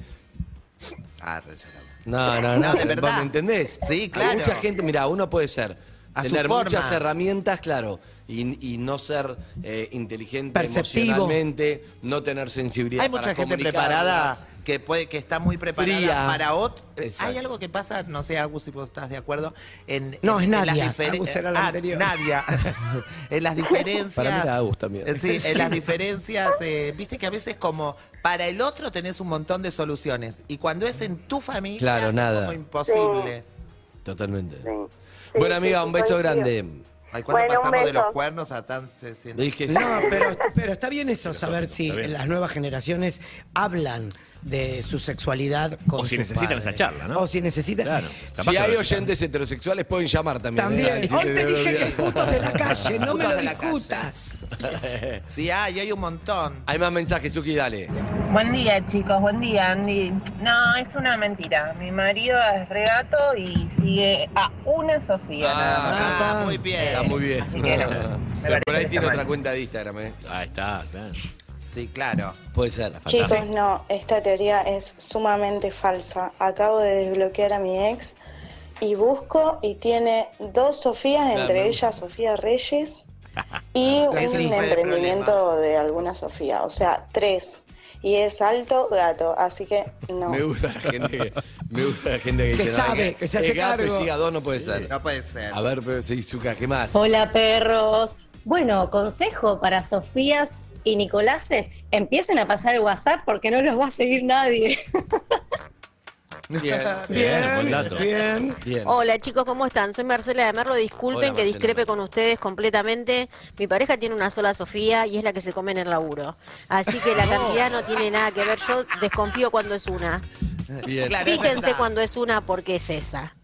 I: No, no, no,
G: Ah, No, de
I: pero
G: verdad.
I: vos ¿Me entendés?
G: Sí,
I: Hay
G: claro.
I: mucha gente, mira, uno puede ser.
G: A su
I: tener
G: forma.
I: muchas herramientas, claro, y, y no ser eh, inteligente
F: Perceptivo.
I: emocionalmente, no tener sensibilidad.
G: Hay mucha
I: para
G: gente
I: comunicarlas.
G: preparada que puede que está muy preparada
I: Fría.
G: para otro. Hay
I: Exacto.
G: algo que pasa, no sé, Agus, si vos estás de acuerdo. En, en-
F: No, es
G: en las
F: Nadia.
G: diferen-
F: Agus era la
G: Ah,
F: anterior.
G: Nadia. en las diferencias.
I: Para mí era Agus también.
G: Eh, sí, en las diferencias, eh, viste que a veces como para el otro tenés un montón de soluciones. Y cuando es en tu familia,
I: Claro,
G: es
I: nada.
G: como imposible.
I: Totalmente.
G: Sí,
I: bueno,
G: sí,
I: amiga,
G: sí,
I: un beso
G: coincido.
I: grande.
G: Ay, cuando
F: Bueno, un
G: pasamos de
F: beso.
G: los cuernos a tan... se- se-
I: Dije, sí.
F: No, pero, pero está bien eso, saber si las nuevas generaciones hablan de su sexualidad con
R: O si
F: sus
R: necesitan
F: padres.
R: esa charla, ¿no?
F: O si necesitan.
I: Si hay oyentes heterosexuales, pueden llamar también.
F: También.
I: ¿eh?
F: Hoy te dije que es putos de la calle, no me
I: Putos
F: lo
I: de la
F: discutas.
G: Sí, hay, hay un montón.
I: Hay más mensajes, Suki, dale.
S: Buen día, chicos. Buen día, Andy. No, es una mentira. Mi marido es regato y sigue a una Sofía. nada más.
I: Ah, muy
G: bien.
I: Está muy bien.
S: Así que no, me
I: Pero por
S: parece
I: ahí
S: que
I: tiene
S: está
I: otra
S: mal.
I: cuenta de Instagram, ¿eh?
H: Ahí está, claro.
G: Sí, claro.
I: Puede ser.
N: Chicos, no, esta teoría es sumamente falsa. Acabo de desbloquear a mi ex y busco y tiene dos Sofías, entre ellas Sofía Reyes y un
R: Ese fue el
N: emprendimiento de alguna Sofía, o sea, tres. Y es alto gato, así que no.
I: Me gusta la gente que, me gusta la gente que,
N: Que
I: dice,
N: sabe, que se hace
I: el gato
N: cargo.
I: y llega a dos, no puede ser.
G: No puede ser.
I: A ver, pero, sí, Zucca, ¿qué más?
T: Hola perros. Bueno, consejo para Sofías y Nicoláses, empiecen a pasar el WhatsApp porque no los va a seguir nadie.
I: Bien,
H: Bien, buen dato.
F: bien. Oh,
I: bien.
U: Hola chicos, ¿cómo están? Soy Marcela de Merlo, disculpen
F: Hola,
U: que
F: Marcela
U: discrepe con ustedes completamente. Mi pareja tiene una sola Sofía y es la que se come en el laburo. Así que la cantidad no tiene nada que ver, yo desconfío cuando es una.
I: Bien.
U: Fíjense cuando es una porque es esa.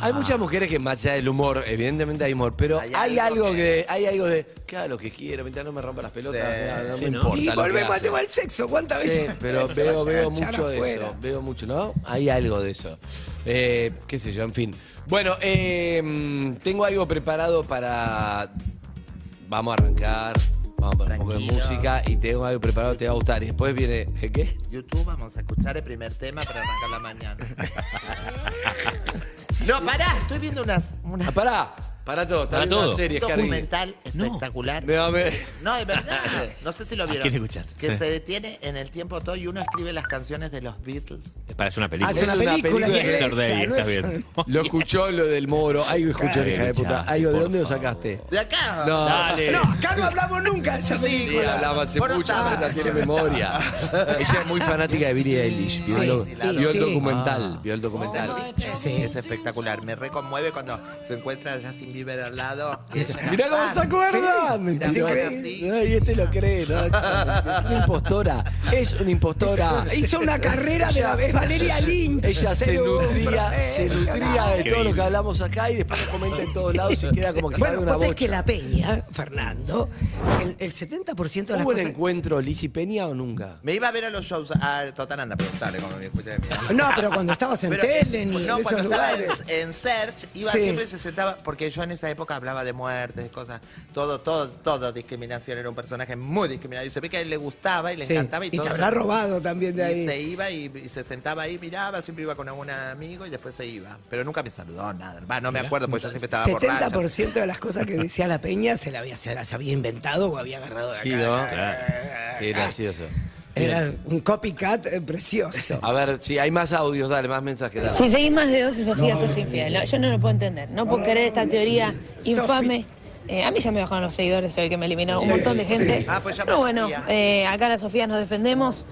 I: Hay muchas mujeres que más allá del humor, evidentemente hay humor, pero hay, algo que, hay algo de, que haga lo que quiera, mientras no me rompa las pelotas, no, no
F: Sí,
I: me
F: ¿no?
I: importa.
F: Y
I: lo que
F: volvemos al
I: hace.
F: tema del sexo, ¿cuántas
I: Sí,
F: veces?
I: pero
F: Se
I: veo,
F: vayan a
I: veo
F: echar
I: mucho de
F: afuera.
I: eso, veo mucho, ¿no? Hay algo de eso. Eh, qué sé yo, en fin. Bueno, eh, mm, tengo algo preparado para... Vamos a arrancar, vamos a poner un poco de
G: Tranquilo.
I: música y tengo algo preparado que te va a gustar. Y después viene, ¿eh, ¿qué?
G: YouTube, vamos a escuchar el primer tema para arrancar la mañana. no, pará, estoy viendo unas, una-
I: Ah, Pará, para todo, está
G: Para
I: viendo
G: todo.
I: una serie, Harry.
G: Documental espectacular.
I: Me va a ver.
G: No, de verdad. No sé si lo
H: ¿A
G: vieron.
H: quién escuchaste?
G: Que
H: Sí.
G: se detiene en el tiempo todo y uno escribe las canciones de los Beatles.
H: Parece una
F: Ah,
H: película.
I: Hace una película inglesa,
H: Héctor Davis,
I: ¿no
H: está
I: es?
H: bien.
I: Lo escuchó lo del Moro. Ay, escuchó,
H: Claro,
I: hija de puta.
H: escuchaste,
I: Ay, ¿de
H: por
I: dónde lo sacaste?
G: De acá.
I: No.
H: Dale.
F: No, acá no hablamos nunca de esa
I: Sí,
F: película.
I: hablaba hace
F: Bueno,
I: mucho,
F: está,
I: Marta
F: se
I: tiene
F: me está.
I: memoria. Ella es muy fanática de Billie Eilish. Vio,
G: Sí,
I: el, doc-
G: sí, la
I: vio el
G: sí.
I: documental.
G: Ah.
I: Vio el documental.
G: Es espectacular. Me reconmueve cuando se encuentra a Justin Bieber al lado.
I: Mirá cómo se acuerda. Mentira.
G: Mirá,
I: Ay, Ay, este lo cree, ¿no? Es una es una impostora. Es una impostora.
F: Hizo- hizo una carrera de la-
I: Ella-
F: es Valeria Lynch.
I: Ella se
F: Sí,
I: nutría,
F: profesional.
I: se nutría de todo lo que hablamos acá y después lo comenta en todos lados y queda como que
F: Bueno,
I: sale una bocha.
F: vos sabés que la peña, Fernando, el, el 70% de las
I: ¿Hubo un
F: cosas...
I: encuentro Lizzy Peña o nunca?
G: Me iba a ver a los shows. Ah, A Totananda, preguntarle cómo me escuché de mí.
F: No, pero cuando estabas en
G: Pero,
F: tele,
G: eh,
F: ni
G: no,
F: en
G: cuando
F: esos
G: estaba
F: lugares...
G: en, en Search, iba
F: Sí.
G: siempre y se sentaba, porque yo en esa época hablaba de muertes, cosas, todo, todo, todo discriminación, era un personaje muy discriminado. Y se ve que a él le gustaba y le
F: Sí,
G: encantaba y,
F: y te
G: todo.
F: habrá robado también de
G: Y
F: ahí.
G: se iba y, y se sentaba ahí, miraba, siempre iba con algún amigo y después se iba. Pero nunca me saludó, nada. Va, no me acuerdo, porque yo siempre estaba borracha.
F: 70% de las cosas que decía la peña se, la había, se las había inventado o había agarrado de
I: Sí,
F: acá.
I: ¿no? Qué gracioso.
F: Era un copycat eh, precioso.
I: A ver, si hay más audios, dale, más mensajes. Dale.
V: Si seguís más de 12 Sofías, sos infiel. No, yo no lo puedo entender. No puedo querer esta teoría infame. Eh, a mí ya me bajaron los seguidores, se ve que me eliminaron un montón de gente.
G: Ah, pues ya
V: Pero
G: me
V: bueno,
G: Sofía.
V: eh, acá las Sofías nos defendemos.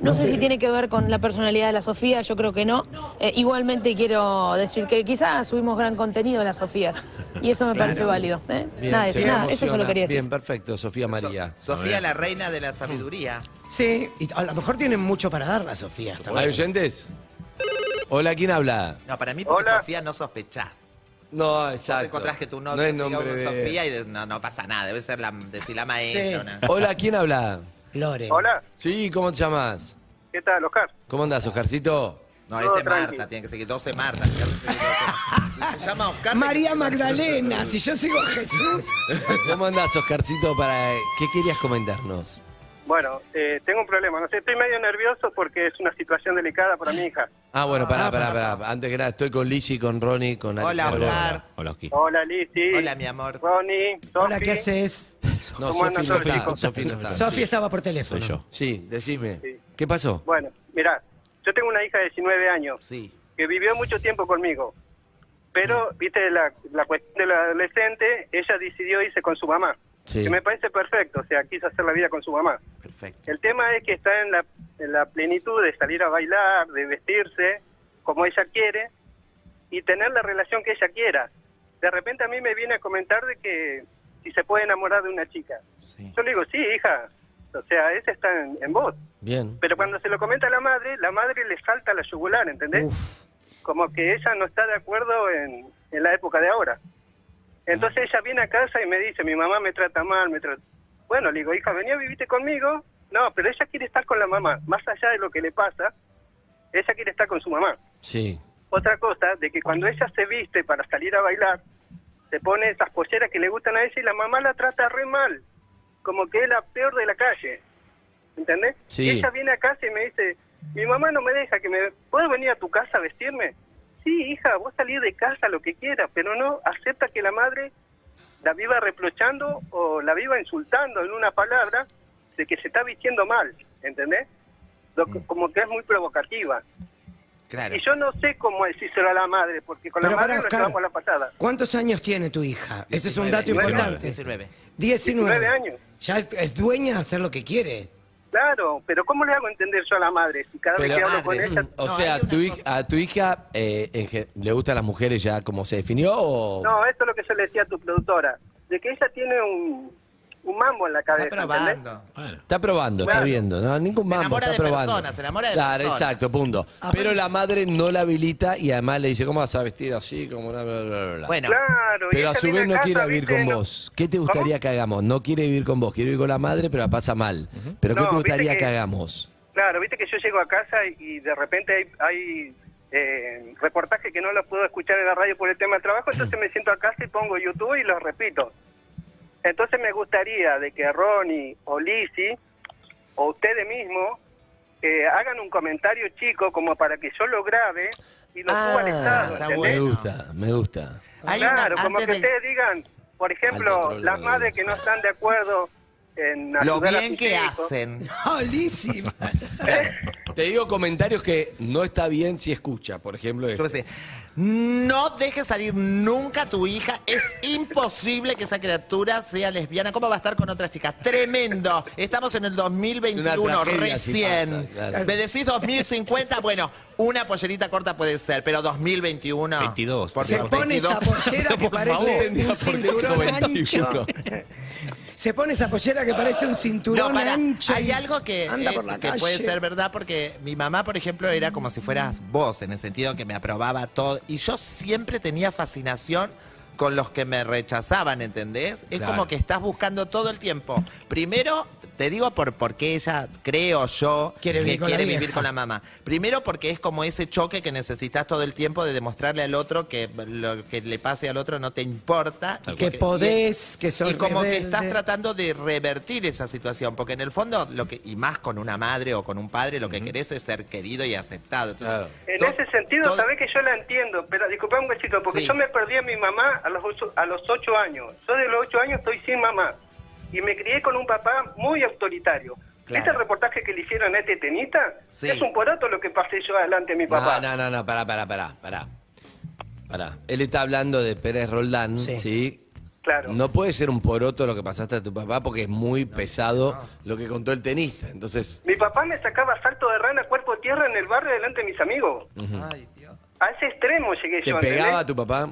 V: No sé si tiene que ver con la personalidad de la Sofía, yo creo que no. Eh, igualmente quiero decir que quizás subimos gran contenido de las Sofías. Y eso me
I: Claro.
V: pareció válido. ¿eh?
I: Bien,
V: nada,
I: se
V: de- nada, eso
I: emociona.
V: solo quería decir.
I: Bien, perfecto, Sofía María.
G: Sofía, la reina de la sabiduría.
F: Sí, y a lo mejor tienen mucho para dar las Sofías
I: ¿Hay
F: también.
I: oyentes? Hola, ¿quién habla?
G: No, para mí, porque Sofía no sospechás.
I: No,
G: Vos
I: exacto.
G: encontrás que tu novio
I: No es
G: siga
I: nombre
G: con
I: de-
G: Sofía y de- no, no pasa nada, debe ser la, decir la maestra. una-
I: Hola, ¿quién habla?
F: Lore.
W: Hola.
I: Sí, ¿cómo te llamas?
W: ¿Qué tal, Oscar?
I: ¿Cómo andás, Oscarcito?
G: No,
W: Todo
G: este es
W: tranqui.
G: Marta, tiene que seguir 12 Marta. tiene que seguir 12. Se llama Oscar.
F: María Magdalena, si yo sigo a Jesús.
I: ¿Cómo andás, Oscarcito? Para... ¿Qué querías comentarnos?
W: Bueno, eh, tengo un problema. No sé, estoy medio nervioso porque es una situación delicada para mi hija.
I: Ah, bueno, pará, pará, pará. Antes que nada, estoy con Lizzy, con Ronnie, con Ale-
G: Hola, Oscar.
H: Hola, Oski.
W: Hola, Lizzy.
G: Hola, mi amor.
W: Ronnie,
F: Hola, ¿qué haces?
I: No,
W: ¿Cómo
I: Sofi
W: andan
I: no
W: todos,
I: está.
W: chicos?
I: Sofi no está.
F: Sofi estaba por teléfono.
I: Sí, decime. ¿Qué pasó?
W: Bueno, mirá, yo tengo una hija de 19 años que vivió mucho tiempo conmigo. Pero, viste, la, la cuestión del adolescente, ella decidió irse con su mamá.
I: Sí.
W: Que me parece perfecto, o sea, quiso hacer la vida con su mamá.
G: Perfecto.
W: El tema es que está en la, en la plenitud de salir a bailar, de vestirse como ella quiere y tener la relación que ella quiera. De repente a mí me viene a comentar de que si se puede enamorar de una chica. Yo le digo, sí, hija, o sea, ese está en, en vos.
I: Bien.
W: Pero cuando se lo comenta a la madre, la madre le salta la yugular, ¿entendés? Como que ella no está de acuerdo en, en la época de ahora. Entonces ella viene a casa y me dice, mi mamá me trata mal, me trata... Bueno, le digo, hija, venía a vivirte conmigo. No, pero ella quiere estar con la mamá. Más allá de lo que le pasa, ella quiere estar con su mamá.
I: Sí.
W: Otra cosa, de que cuando ella se viste para salir a bailar, se pone esas polleras que le gustan a ella y la mamá la trata re mal, como que es la peor de la calle. ¿Entendés?
I: Sí.
W: Y ella viene a casa y me dice, mi mamá no me deja que me... ¿Puedo venir a tu casa a vestirme? sí, hija, vos salís de casa, lo que quieras, pero no acepta que la madre la viva reprochando o la viva insultando en una palabra de que se está vistiendo mal, ¿entendés? Lo que- como que es muy provocativa.
I: Claro.
W: Y yo no sé cómo decírselo a la madre, porque con la
F: Pero
W: madre
F: pará,
W: nos
F: Oscar.
W: llevamos la patada.
F: ¿Cuántos años tiene tu hija? Ese es un dato
W: 19,
F: importante.
W: 19.
F: 19.
W: 19 años.
F: Ya es- es dueña de hacer lo que quiere.
W: Claro, pero ¿cómo le hago entender yo a la madre? Si cada vez
I: Pero, mm,
W: que hablo con ella...
I: o sea, tu hij- a tu hija eh, en gen- le gustan las mujeres ya como se definió o...
W: No, esto es lo que yo le decía a tu productora, de que ella tiene un, un mambo en la cabeza. ¿entendés?
I: Está probando, está
W: Claro.
I: viendo. No, ningún mambo,
W: enamora
I: está
W: de
I: probando.
W: personas, se enamora de
I: Claro,
W: personas.
I: exacto, punto. Pero la madre no la habilita y además le dice, ¿cómo vas a vestir así? Como bla, bla, bla, bla, bla.
W: Bueno. Claro, y
I: pero a
W: ella
I: su
W: viene
I: vez no
W: a casa,
I: quiere vivir
W: ¿viste?
I: con
W: No-
I: vos. ¿Qué te gustaría que hagamos? No quiere vivir con vos, quiere vivir con la madre, pero la pasa mal. ¿Pero
W: No,
I: qué te
W: viste
I: gustaría que...
W: que-
I: hagamos?
W: Claro, viste que yo llego a casa y, y de repente hay, hay eh, reportajes que no los puedo escuchar en la radio por el tema del trabajo,
I: Mm.
W: entonces me siento a casa y pongo YouTube y los repito. Entonces me gustaría de que Ronnie o Lizzy o ustedes mismos eh, hagan un comentario chico como para que yo lo grabe y lo suba al
I: Ah,
W: estado.
I: me
W: ¿entendés?
I: gusta, me gusta.
W: Claro, como que ustedes digan, por ejemplo, las madres que no están de acuerdo en
I: Lo
W: ayudar a
I: bien
W: sus
I: que
W: hijos.
I: hacen.
F: No, Lizzy, man.
I: Te digo comentarios que no está bien si escucha, por ejemplo. Este.
G: No dejes salir nunca a tu hija. Es imposible que esa criatura sea lesbiana. ¿Cómo va a estar con otras chicas? Tremendo. Estamos en el 2021,
I: Una tragedia si
G: recién.
I: pasa, claro.
G: Me decís 2050, bueno, una pollerita corta puede ser, pero 2021.
H: 22.
G: Por
F: Se
G: favor,
F: pone esa
G: 22.
F: pollera que
G: Por favor.
F: parece un cinturón ancho. Se pone esa pollera que parece un cinturón
G: No, pará.
F: ancho.
G: Hay
F: y
G: algo que,
F: anda
G: eh,
F: por la
G: que
F: calle.
G: puede ser verdad, porque mi mamá, por ejemplo, era como si fueras vos, en el sentido que me aprobaba todo. Y yo siempre tenía fascinación con los que me rechazaban, ¿entendés? Es
H: Claro.
G: como que estás buscando todo el tiempo. Primero, te digo por porque ella, creo yo,
F: Quiere
G: que
F: vivir con la
G: quiere vivir
F: vieja.
G: con la mamá. Primero porque es como ese choque que necesitas todo el tiempo de demostrarle al otro que lo que le pase al otro no te importa. y
F: Que
G: porque-
F: podés, que sos
G: y como que
F: rebelde.
G: estás tratando de revertir esa situación, porque en el fondo, lo que, y más con una madre o con un padre, lo que querés es ser querido y aceptado. Entonces,
W: En
G: to-
W: ese sentido, sabés que yo la entiendo, pero disculpame un besito, porque
G: Sí.
W: yo me perdí a mi mamá a los, ocho- a los ocho años. Yo de los ocho años estoy sin mamá. Y me crié con un papá muy autoritario.
I: Claro.
W: ¿Viste el reportaje que le hicieron a este tenista?
I: Sí.
W: Es un poroto lo que pasé yo adelante a mi papá.
I: No, no, no, no, pará, pará, pará, pará. Pará. Él está hablando de Pérez Roldán, ¿sí?
W: Claro.
I: No puede ser un poroto lo que pasaste a tu papá porque es muy pesado lo que contó el tenista. Entonces,
W: Mi papá me sacaba salto de rana, cuerpo tierra en el barrio delante de mis amigos.
I: ujú.
W: A ese extremo llegué
I: ¿te
W: yo.
I: pegaba
W: ¿entendés?
I: tu papá?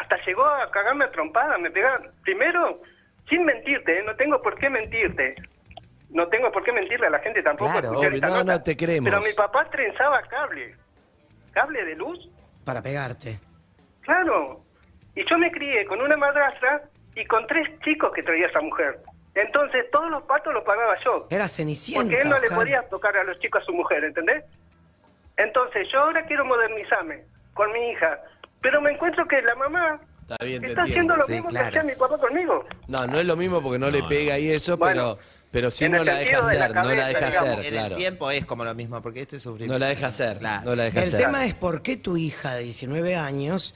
W: Hasta llegó a cagarme a trompadas, me pegaba. Primero, sin mentirte, ¿eh? no tengo por qué mentirte. No tengo por qué mentirle a la gente tampoco.
I: Claro,
W: escuchar
I: obvio.
W: esta
I: No,
W: nota.
I: no, te creemos.
W: Pero mi papá trenzaba cable. ¿Cable de luz?
F: Para pegarte.
W: Claro. Y yo me crié con una madrastra y con tres chicos que traía esa mujer. Entonces todos los patos los pagaba yo.
F: Era cenicienta.
W: Porque él no le
F: Oscar.
W: podía tocar a los chicos a su mujer, ¿entendés? Entonces yo ahora quiero modernizarme con mi hija. Pero me encuentro que la mamá
I: Está bien, te
W: está
I: entiendo.
W: haciendo lo
I: Sí,
W: mismo
I: claro.
W: que hacía mi papá conmigo.
I: No, no es lo mismo porque no, le pega y eso,
W: Bueno,
I: pero, pero sí
G: en
I: no
G: el
I: la deja
G: sentido de la
I: hacer, no la
G: cabeza,
I: deja
G: digamos,
I: hacer,
G: en el
I: claro.
G: tiempo es como lo mismo, porque este sufre.
I: No la deja hacer, no la deja
F: El
I: hacer.
F: tema es por qué tu hija de 19 años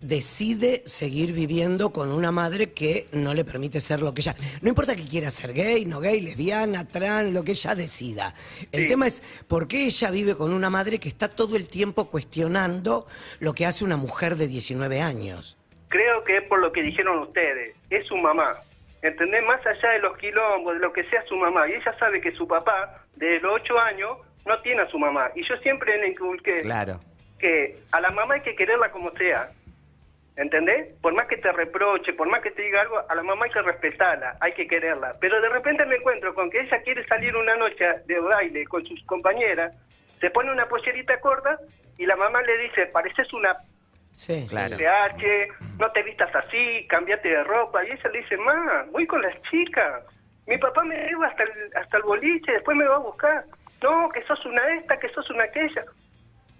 F: decide seguir viviendo con una madre que no le permite ser lo que ella. No importa que quiera ser gay, no gay, lesbiana, trans, lo que ella decida. El tema es por qué ella vive con una madre que está todo el tiempo cuestionando lo que hace una mujer de 19 años.
W: Creo que es por lo que dijeron ustedes. Es su mamá. ¿Entendés? Más allá de los quilombos, de lo que sea su mamá. Y ella sabe que su papá, desde los ocho años, no tiene a su mamá. Y yo siempre le inculqué
G: Claro.
W: que a la mamá hay que quererla como sea. ¿Entendés? Por más que te reproche, por más que te diga algo, a la mamá hay que respetarla, hay que quererla. Pero de repente me encuentro con que ella quiere salir una noche de baile con sus compañeras, se pone una pollerita corta y la mamá le dice, pareces una
F: Sí,
W: PH, no te vistas así, cambiate de ropa. Y ella le dice, ma, voy con las chicas. Mi papá me lleva hasta el, hasta el boliche, después me va a buscar. No, que sos una esta, que sos una aquella.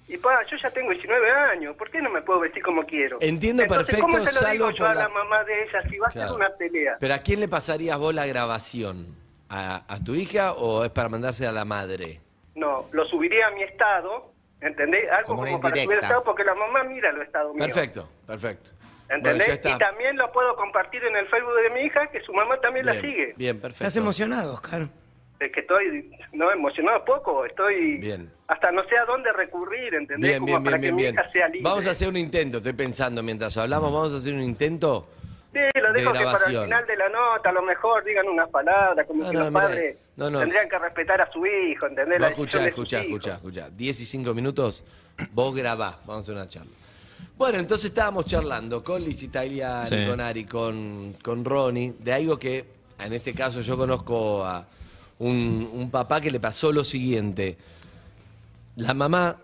W: Y pa, yo ya tengo 19 años, ¿por qué no me puedo vestir como quiero?
I: Entiendo
W: Entonces,
I: perfecto,
W: ¿cómo se lo digo
I: salvo
W: yo
I: por
W: a la
I: la-
W: mamá de ella si va a
I: Claro.
W: ser una pelea?
I: Pero ¿a quién le pasarías vos la grabación? ¿A, a tu hija o es para mandarse a la madre?
W: No, lo subiría a mi estado ¿Entendés? Algo
I: Como
W: como,
I: una
W: para subir
I: indirecta.
W: estado porque la mamá mira los estados míos.
I: Perfecto, perfecto.
W: ¿Entendés?
I: Bueno, ya
W: y
I: está.
W: también lo puedo compartir en el Facebook de mi hija, que su mamá también la sigue.
I: Bien, perfecto.
F: Estás emocionado, Oscar.
W: Es que estoy, no, emocionado poco, estoy
I: Bien.
W: hasta no sé a dónde recurrir, ¿entendés?
I: Bien,
W: como
I: bien,
W: para
I: bien,
W: que
I: bien,
W: mi
I: bien.
W: hija sea libre.
I: Vamos a hacer un intento, estoy pensando mientras hablamos, vamos a hacer un intento.
W: Sí, lo
I: de
W: dejo que para el
I: grabación.
W: final de la nota, a lo mejor digan unas palabras, como
I: No,
W: que
I: no,
W: los
I: mirá,
W: padres
I: no, no,
W: tendrían
I: es-
W: que respetar a su hijo, ¿entendés?
I: No,
W: La
I: escuchá,
W: decisión de sus
I: escuchá,
W: hijos.
I: escuchá, escuchá. 10 y 5 minutos, vos grabás. Vamos a hacer una charla. Bueno, entonces estábamos charlando con Liz Italiani,
H: Sí.
I: con Ari, con, con Ronnie, de algo que en este caso yo conozco a un, un papá que le pasó lo siguiente. La mamá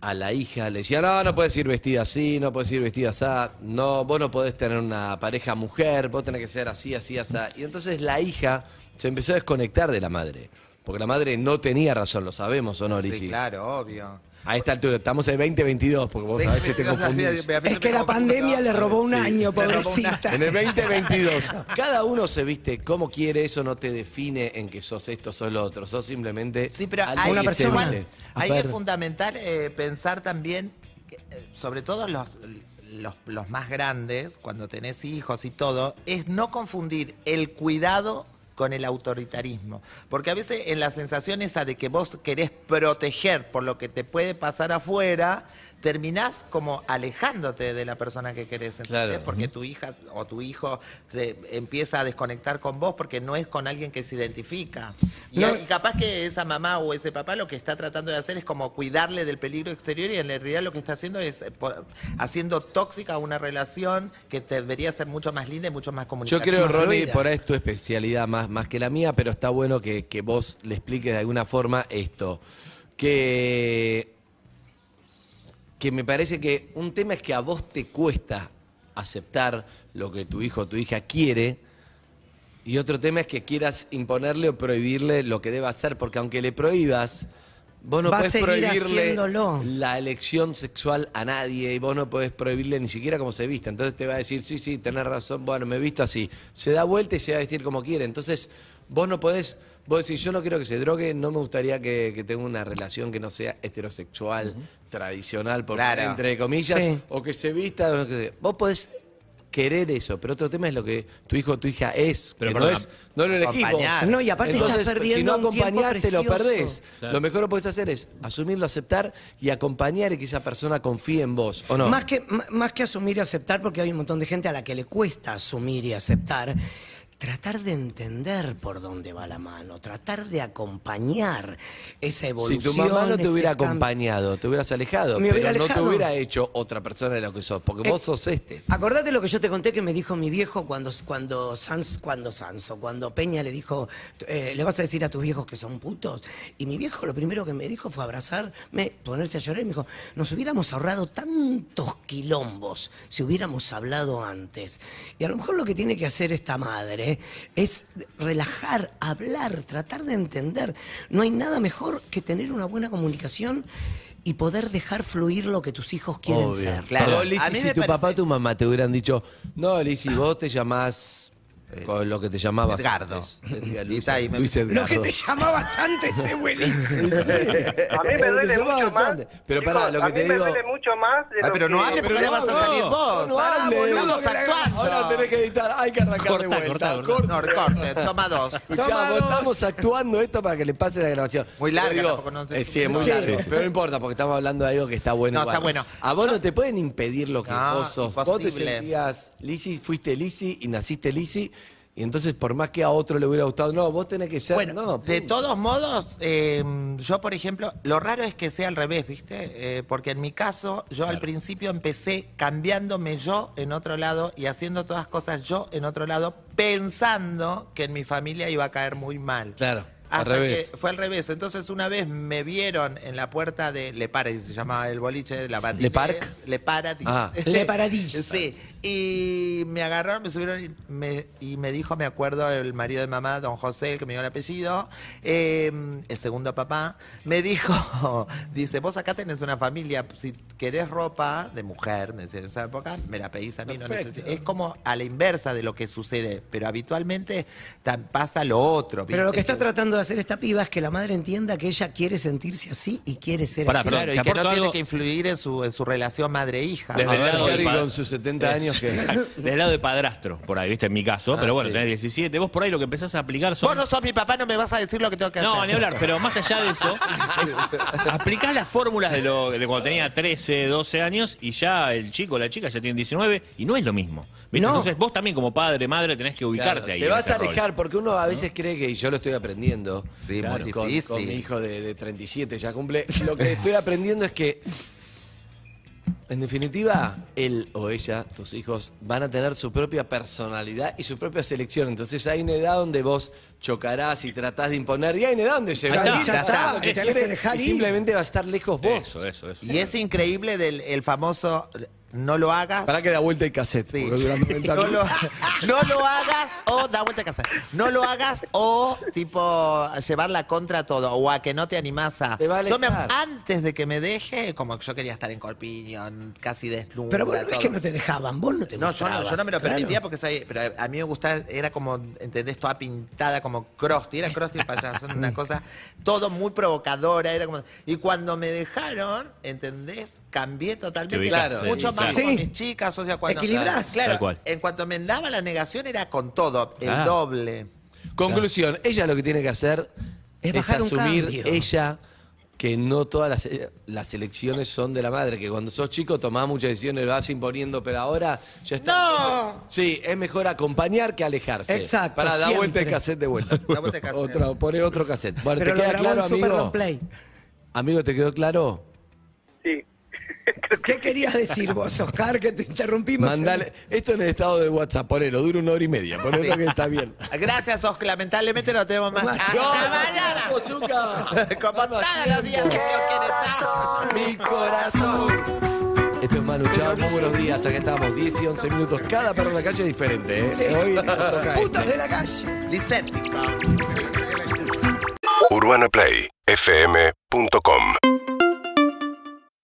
I: a la hija le decía, no, no puedes ir vestida así, no puedes ir vestida así, no, vos no podés tener una pareja mujer, vos tenés que ser así, así, así. Y entonces la hija se empezó a desconectar de la madre, porque la madre no tenía razón, lo sabemos, ¿o no, Lizzy?
X: Sí, claro, obvio.
I: A esta altura, estamos en 2022, porque vos a veces te
X: 2022,
I: confundís.
X: a mí
F: Es que la pandemia le robó un año, pobrecita.
I: En el 2022. Cada uno se viste como quiere, eso no te define en que sos esto, sos lo otro. Sos simplemente
G: Sí, pero
I: alguien
G: hay,
I: que se
G: igual,
I: viste.
G: hay que fundamental eh, pensar también, que, eh, sobre todo los, los, los más grandes, cuando tenés hijos y todo, es no confundir el cuidado con el autoritarismo. Porque a veces en la sensación esa de que vos querés proteger por lo que te puede pasar afuera, terminás como alejándote de la persona que querés, ¿entendés?
I: Claro.
G: Porque tu hija o tu hijo se empieza a desconectar con vos porque no es con alguien que se identifica. Y,
F: No.
G: y capaz que esa mamá o ese papá lo que está tratando de hacer es como cuidarle del peligro exterior y en realidad lo que está haciendo es eh, po- haciendo tóxica una relación que debería ser mucho más linda y mucho más
I: Yo
G: comunicativa.
I: creo, Ronnie, por ahí es tu especialidad más, más que la mía, pero está bueno que, que vos le expliques de alguna forma esto. Que, que me parece que un tema es que a vos te cuesta aceptar lo que tu hijo o tu hija quiere, y otro tema es que quieras imponerle o prohibirle lo que deba hacer, porque aunque le prohíbas, vos no
F: Va a
I: podés
F: seguir
I: prohibirle
F: haciéndolo.
I: la elección sexual a nadie y vos no podés prohibirle ni siquiera cómo se vista. Entonces te va a decir, sí, sí, tenés razón, bueno, me he visto así. Se da vuelta y se va a vestir como quiere. Entonces vos no podés, vos decís, yo no quiero que se drogue, no me gustaría que, que tenga una relación que no sea heterosexual, tradicional, por
G: Claro.
I: entre comillas,
G: Sí.
I: o que se vista, o lo que sea. Vos podés querer eso, pero otro tema es lo que tu hijo o tu hija es,
H: Pero
I: que no,
H: perdón,
I: es, no lo elegís vos.
H: acompañar.
F: No, y aparte estás
I: Entonces, si
F: perdiendo
I: no
F: un tiempo
I: acompañaste, lo
F: precioso.
I: perdés.
F: Claro.
I: Lo mejor que podés hacer es asumirlo, aceptar y acompañar y que esa persona confíe en vos, ¿o no?
F: Más que, m- más que asumir y aceptar, porque hay un montón de gente a la que le cuesta asumir y aceptar, tratar de entender por dónde va la mano, tratar de acompañar esa
I: si tu
F: evolución.
I: mamá no te
F: ese
I: hubiera
F: cambio.
I: acompañado, te hubieras alejado,
F: Me
I: pero
F: hubiera
I: no te
F: alejado.
I: hubiera hecho otra persona de lo que sos, porque
F: Eh,
I: vos sos este.
F: Acordate lo que yo te conté que me dijo mi viejo cuando, cuando, Sans, cuando Sanso, cuando Peña le dijo, eh, ¿le vas a decir a tus viejos que son putos? Y mi viejo lo primero que me dijo fue abrazarme, ponerse a llorar y me dijo, nos hubiéramos ahorrado tantos quilombos si hubiéramos hablado antes. Y a lo mejor lo que tiene que hacer esta madre es relajar, hablar, tratar de entender. No hay nada mejor que tener una buena comunicación y poder dejar fluir lo que tus hijos quieren
I: Obvio.
F: ser.
I: Claro. Perdón, Lizzy,
G: A mí
I: si
G: me
I: tu
G: parece-
I: papá o tu mamá te hubieran dicho, no, Lizzy, vos te llamás eh, con lo que te llamabas.
G: Edgardo.
I: antes". Edgar,
G: Y está ahí, me-
I: Luis Edgardo.
G: Lo que te
F: llamabas antes
I: eh,
F: es buenísimo.
W: A mí me duele mucho más.
I: Pero
W: chicos,
I: pará, lo
W: a
I: que
W: mí
I: te
W: me
I: digo.
W: duele mucho más. de
G: Ay,
W: lo
G: pero no
W: que-
G: hables porque
W: Pero
G: ahora vas a
W: no,
G: salir
W: no,
G: vos.
W: no hables,
G: Pará,
W: boludo,
G: Estamos
W: que la-
G: actuando.
I: Ahora tenés que editar, hay que arrancar de
G: Corta,
I: vuelta.
G: corta, corta. No, corte, toma dos.
I: Escuchá,
G: Toma
I: vos
G: dos.
I: estamos actuando esto para que le pase la grabación.
G: Muy larga,
I: Pero
G: tampoco no sé
I: eh,
G: si-
I: sí, es muy
G: Sí,
I: largo.
G: sí, sí.
I: Pero no importa, porque estamos hablando de algo que está bueno.
G: No,
I: igual.
G: está bueno.
I: A vos no te pueden impedir lo que
G: No,
I: vos sos. Vos te
G: imposible.
I: sentías Lisi, fuiste Lisi y naciste Lisi. Y entonces, por más que a otro le hubiera gustado, no, vos tenés que ser.
G: Bueno,
I: no,
G: de
I: punto.
G: todos modos, eh, yo por ejemplo, lo raro es que sea al revés, ¿viste? Eh, porque en mi caso, yo al principio empecé cambiándome yo en otro lado y haciendo todas cosas yo en otro lado, pensando que en mi familia iba a caer muy mal.
I: Claro, al
G: Hasta
I: revés.
G: que fue al revés. Entonces una vez me vieron en la puerta de Le Paradis, se llamaba el boliche de la Batilés,
I: ¿Le Parc?
G: Le Paradis.
I: Ah.
F: Le Paradis.
G: Sí. Y me agarraron, me subieron y me, y me dijo, me acuerdo, el marido de mamá, don José, el que me dio el apellido, eh, el segundo papá, me dijo, dice, vos acá tenés una familia, si querés ropa de mujer, me decía en esa época, me la pedís a mí, no
I: Perfecto.
G: necesito". Es como a la inversa de lo que sucede, pero habitualmente tan- pasa lo otro.
F: Pero lo que
G: ¿viste?
F: está tratando de hacer esta piba es que la madre entienda que ella quiere sentirse así y quiere ser
G: Pará,
F: así.
G: pero Claro, y te que no aporto tiene algo- que
F: influir en su, relación madre-hija.
H: Desde el lado del
I: Harry
H: pa- Eh,
I: con sus 70 años, ¿qué?
H: Del lado de padrastro, por ahí, viste, en mi caso.
G: Ah,
H: pero bueno,
G: sí.
H: tenés 17. Vos por ahí lo que empezás a aplicar son.
G: Vos no sos mi papá, no me vas a decir lo que tengo que hacer.
H: No, ni hablar, pero más allá de eso, es- aplicás las fórmulas de, lo, de cuando tenía 13, 12 años y ya el chico o la chica ya tiene 19 y no es lo mismo. ¿viste?
I: No.
H: Entonces vos también como padre, madre, tenés que ubicarte
I: Claro,
H: ahí.
I: Te
H: en
I: vas
H: ese
I: a
H: rol.
I: alejar, porque uno a veces cree que, y yo lo estoy aprendiendo,
G: muy
I: con,
G: difícil.
I: con mi hijo de, de 37 ya cumple, lo que estoy aprendiendo es que, en definitiva, él o ella, tus hijos, van a tener su propia personalidad y su propia selección. Entonces hay una edad donde vos chocarás y tratás de imponer, y hay una edad donde llegás
G: Ahí está,
I: y
G: ya está,
I: lo que
G: eso.
I: te quiere,
G: Tenés que dejar
I: y
G: ir.
I: simplemente va a estar lejos vos.
H: Eso, eso, eso.
G: Y es increíble del, el famoso no lo hagas.
I: Para que da vuelta el cassette.
G: Sí.
I: porque duran 90
G: No lo,
I: minutos.
G: no lo hagas o da vuelta a casa. No lo hagas o tipo a llevarla contra todo o a que no te animás a.
I: va a
G: Yo me-
I: alejar.
G: antes de que me deje, como que yo quería estar en Corpiño, casi desnuda.
F: Pero vos no es
G: todo.
F: que no te dejaban, vos no te
G: No, yo no, yo no me lo
F: mostrabas,
G: permitía
F: claro.
G: porque soy- pero a mí me gustaba, era como, ¿entendés? Toda pintada como Krusty, era Krusty el payaso, una cosa, todo muy provocadora, era como... Y cuando me dejaron, ¿entendés? Cambié totalmente,
H: Te ubicaste, Claro.
G: mucho más
H: sí.
G: con mis chicas, o sea, cuando...
I: Equilibrás.
G: Claro,
H: Tal cual. Ah.
G: en cuanto me daba la negación era con todo, el
I: Claro.
G: doble.
I: Ah. Conclusión, ella lo que tiene que hacer
G: Es
I: es,
G: bajar un
I: asumir
G: cambio.
I: ella que no todas las, eh, las elecciones son de la madre, que cuando sos chico tomás muchas decisiones, lo vas imponiendo, pero ahora ya está.
G: ¡No!
I: Sí, es mejor acompañar que alejarse.
F: Exacto,
I: Para dar
F: siempre.
I: vuelta el cassette de vuelta.
G: Da vuelta de cassette.
I: Otra, pone otro cassette. Bueno,
F: Pero
I: ¿te
F: lo
I: queda
F: grabó en
I: claro,
F: Super
I: amigo?
F: Long Play.
I: Amigo, ¿te quedó claro?
F: ¿Qué querías decir vos, Oscar, que te interrumpimos?
I: Mandale. Esto en el estado de WhatsApp, ponelo, dura una hora y media, ponelo que está bien.
G: Gracias, Oscar, lamentablemente no tenemos más. ¡Hasta mañana! Como todos los días que Dios quiere, chao.
I: Mi corazón. Esto es Manu Chao, muy buenos días, acá estamos, 10 y 11 minutos, cada perro en la calle es diferente, ¿eh?
F: Sí.
I: Hoy nos toca este.
F: Putos de la calle.
G: Lisette,
W: UrbanaPlayFM.com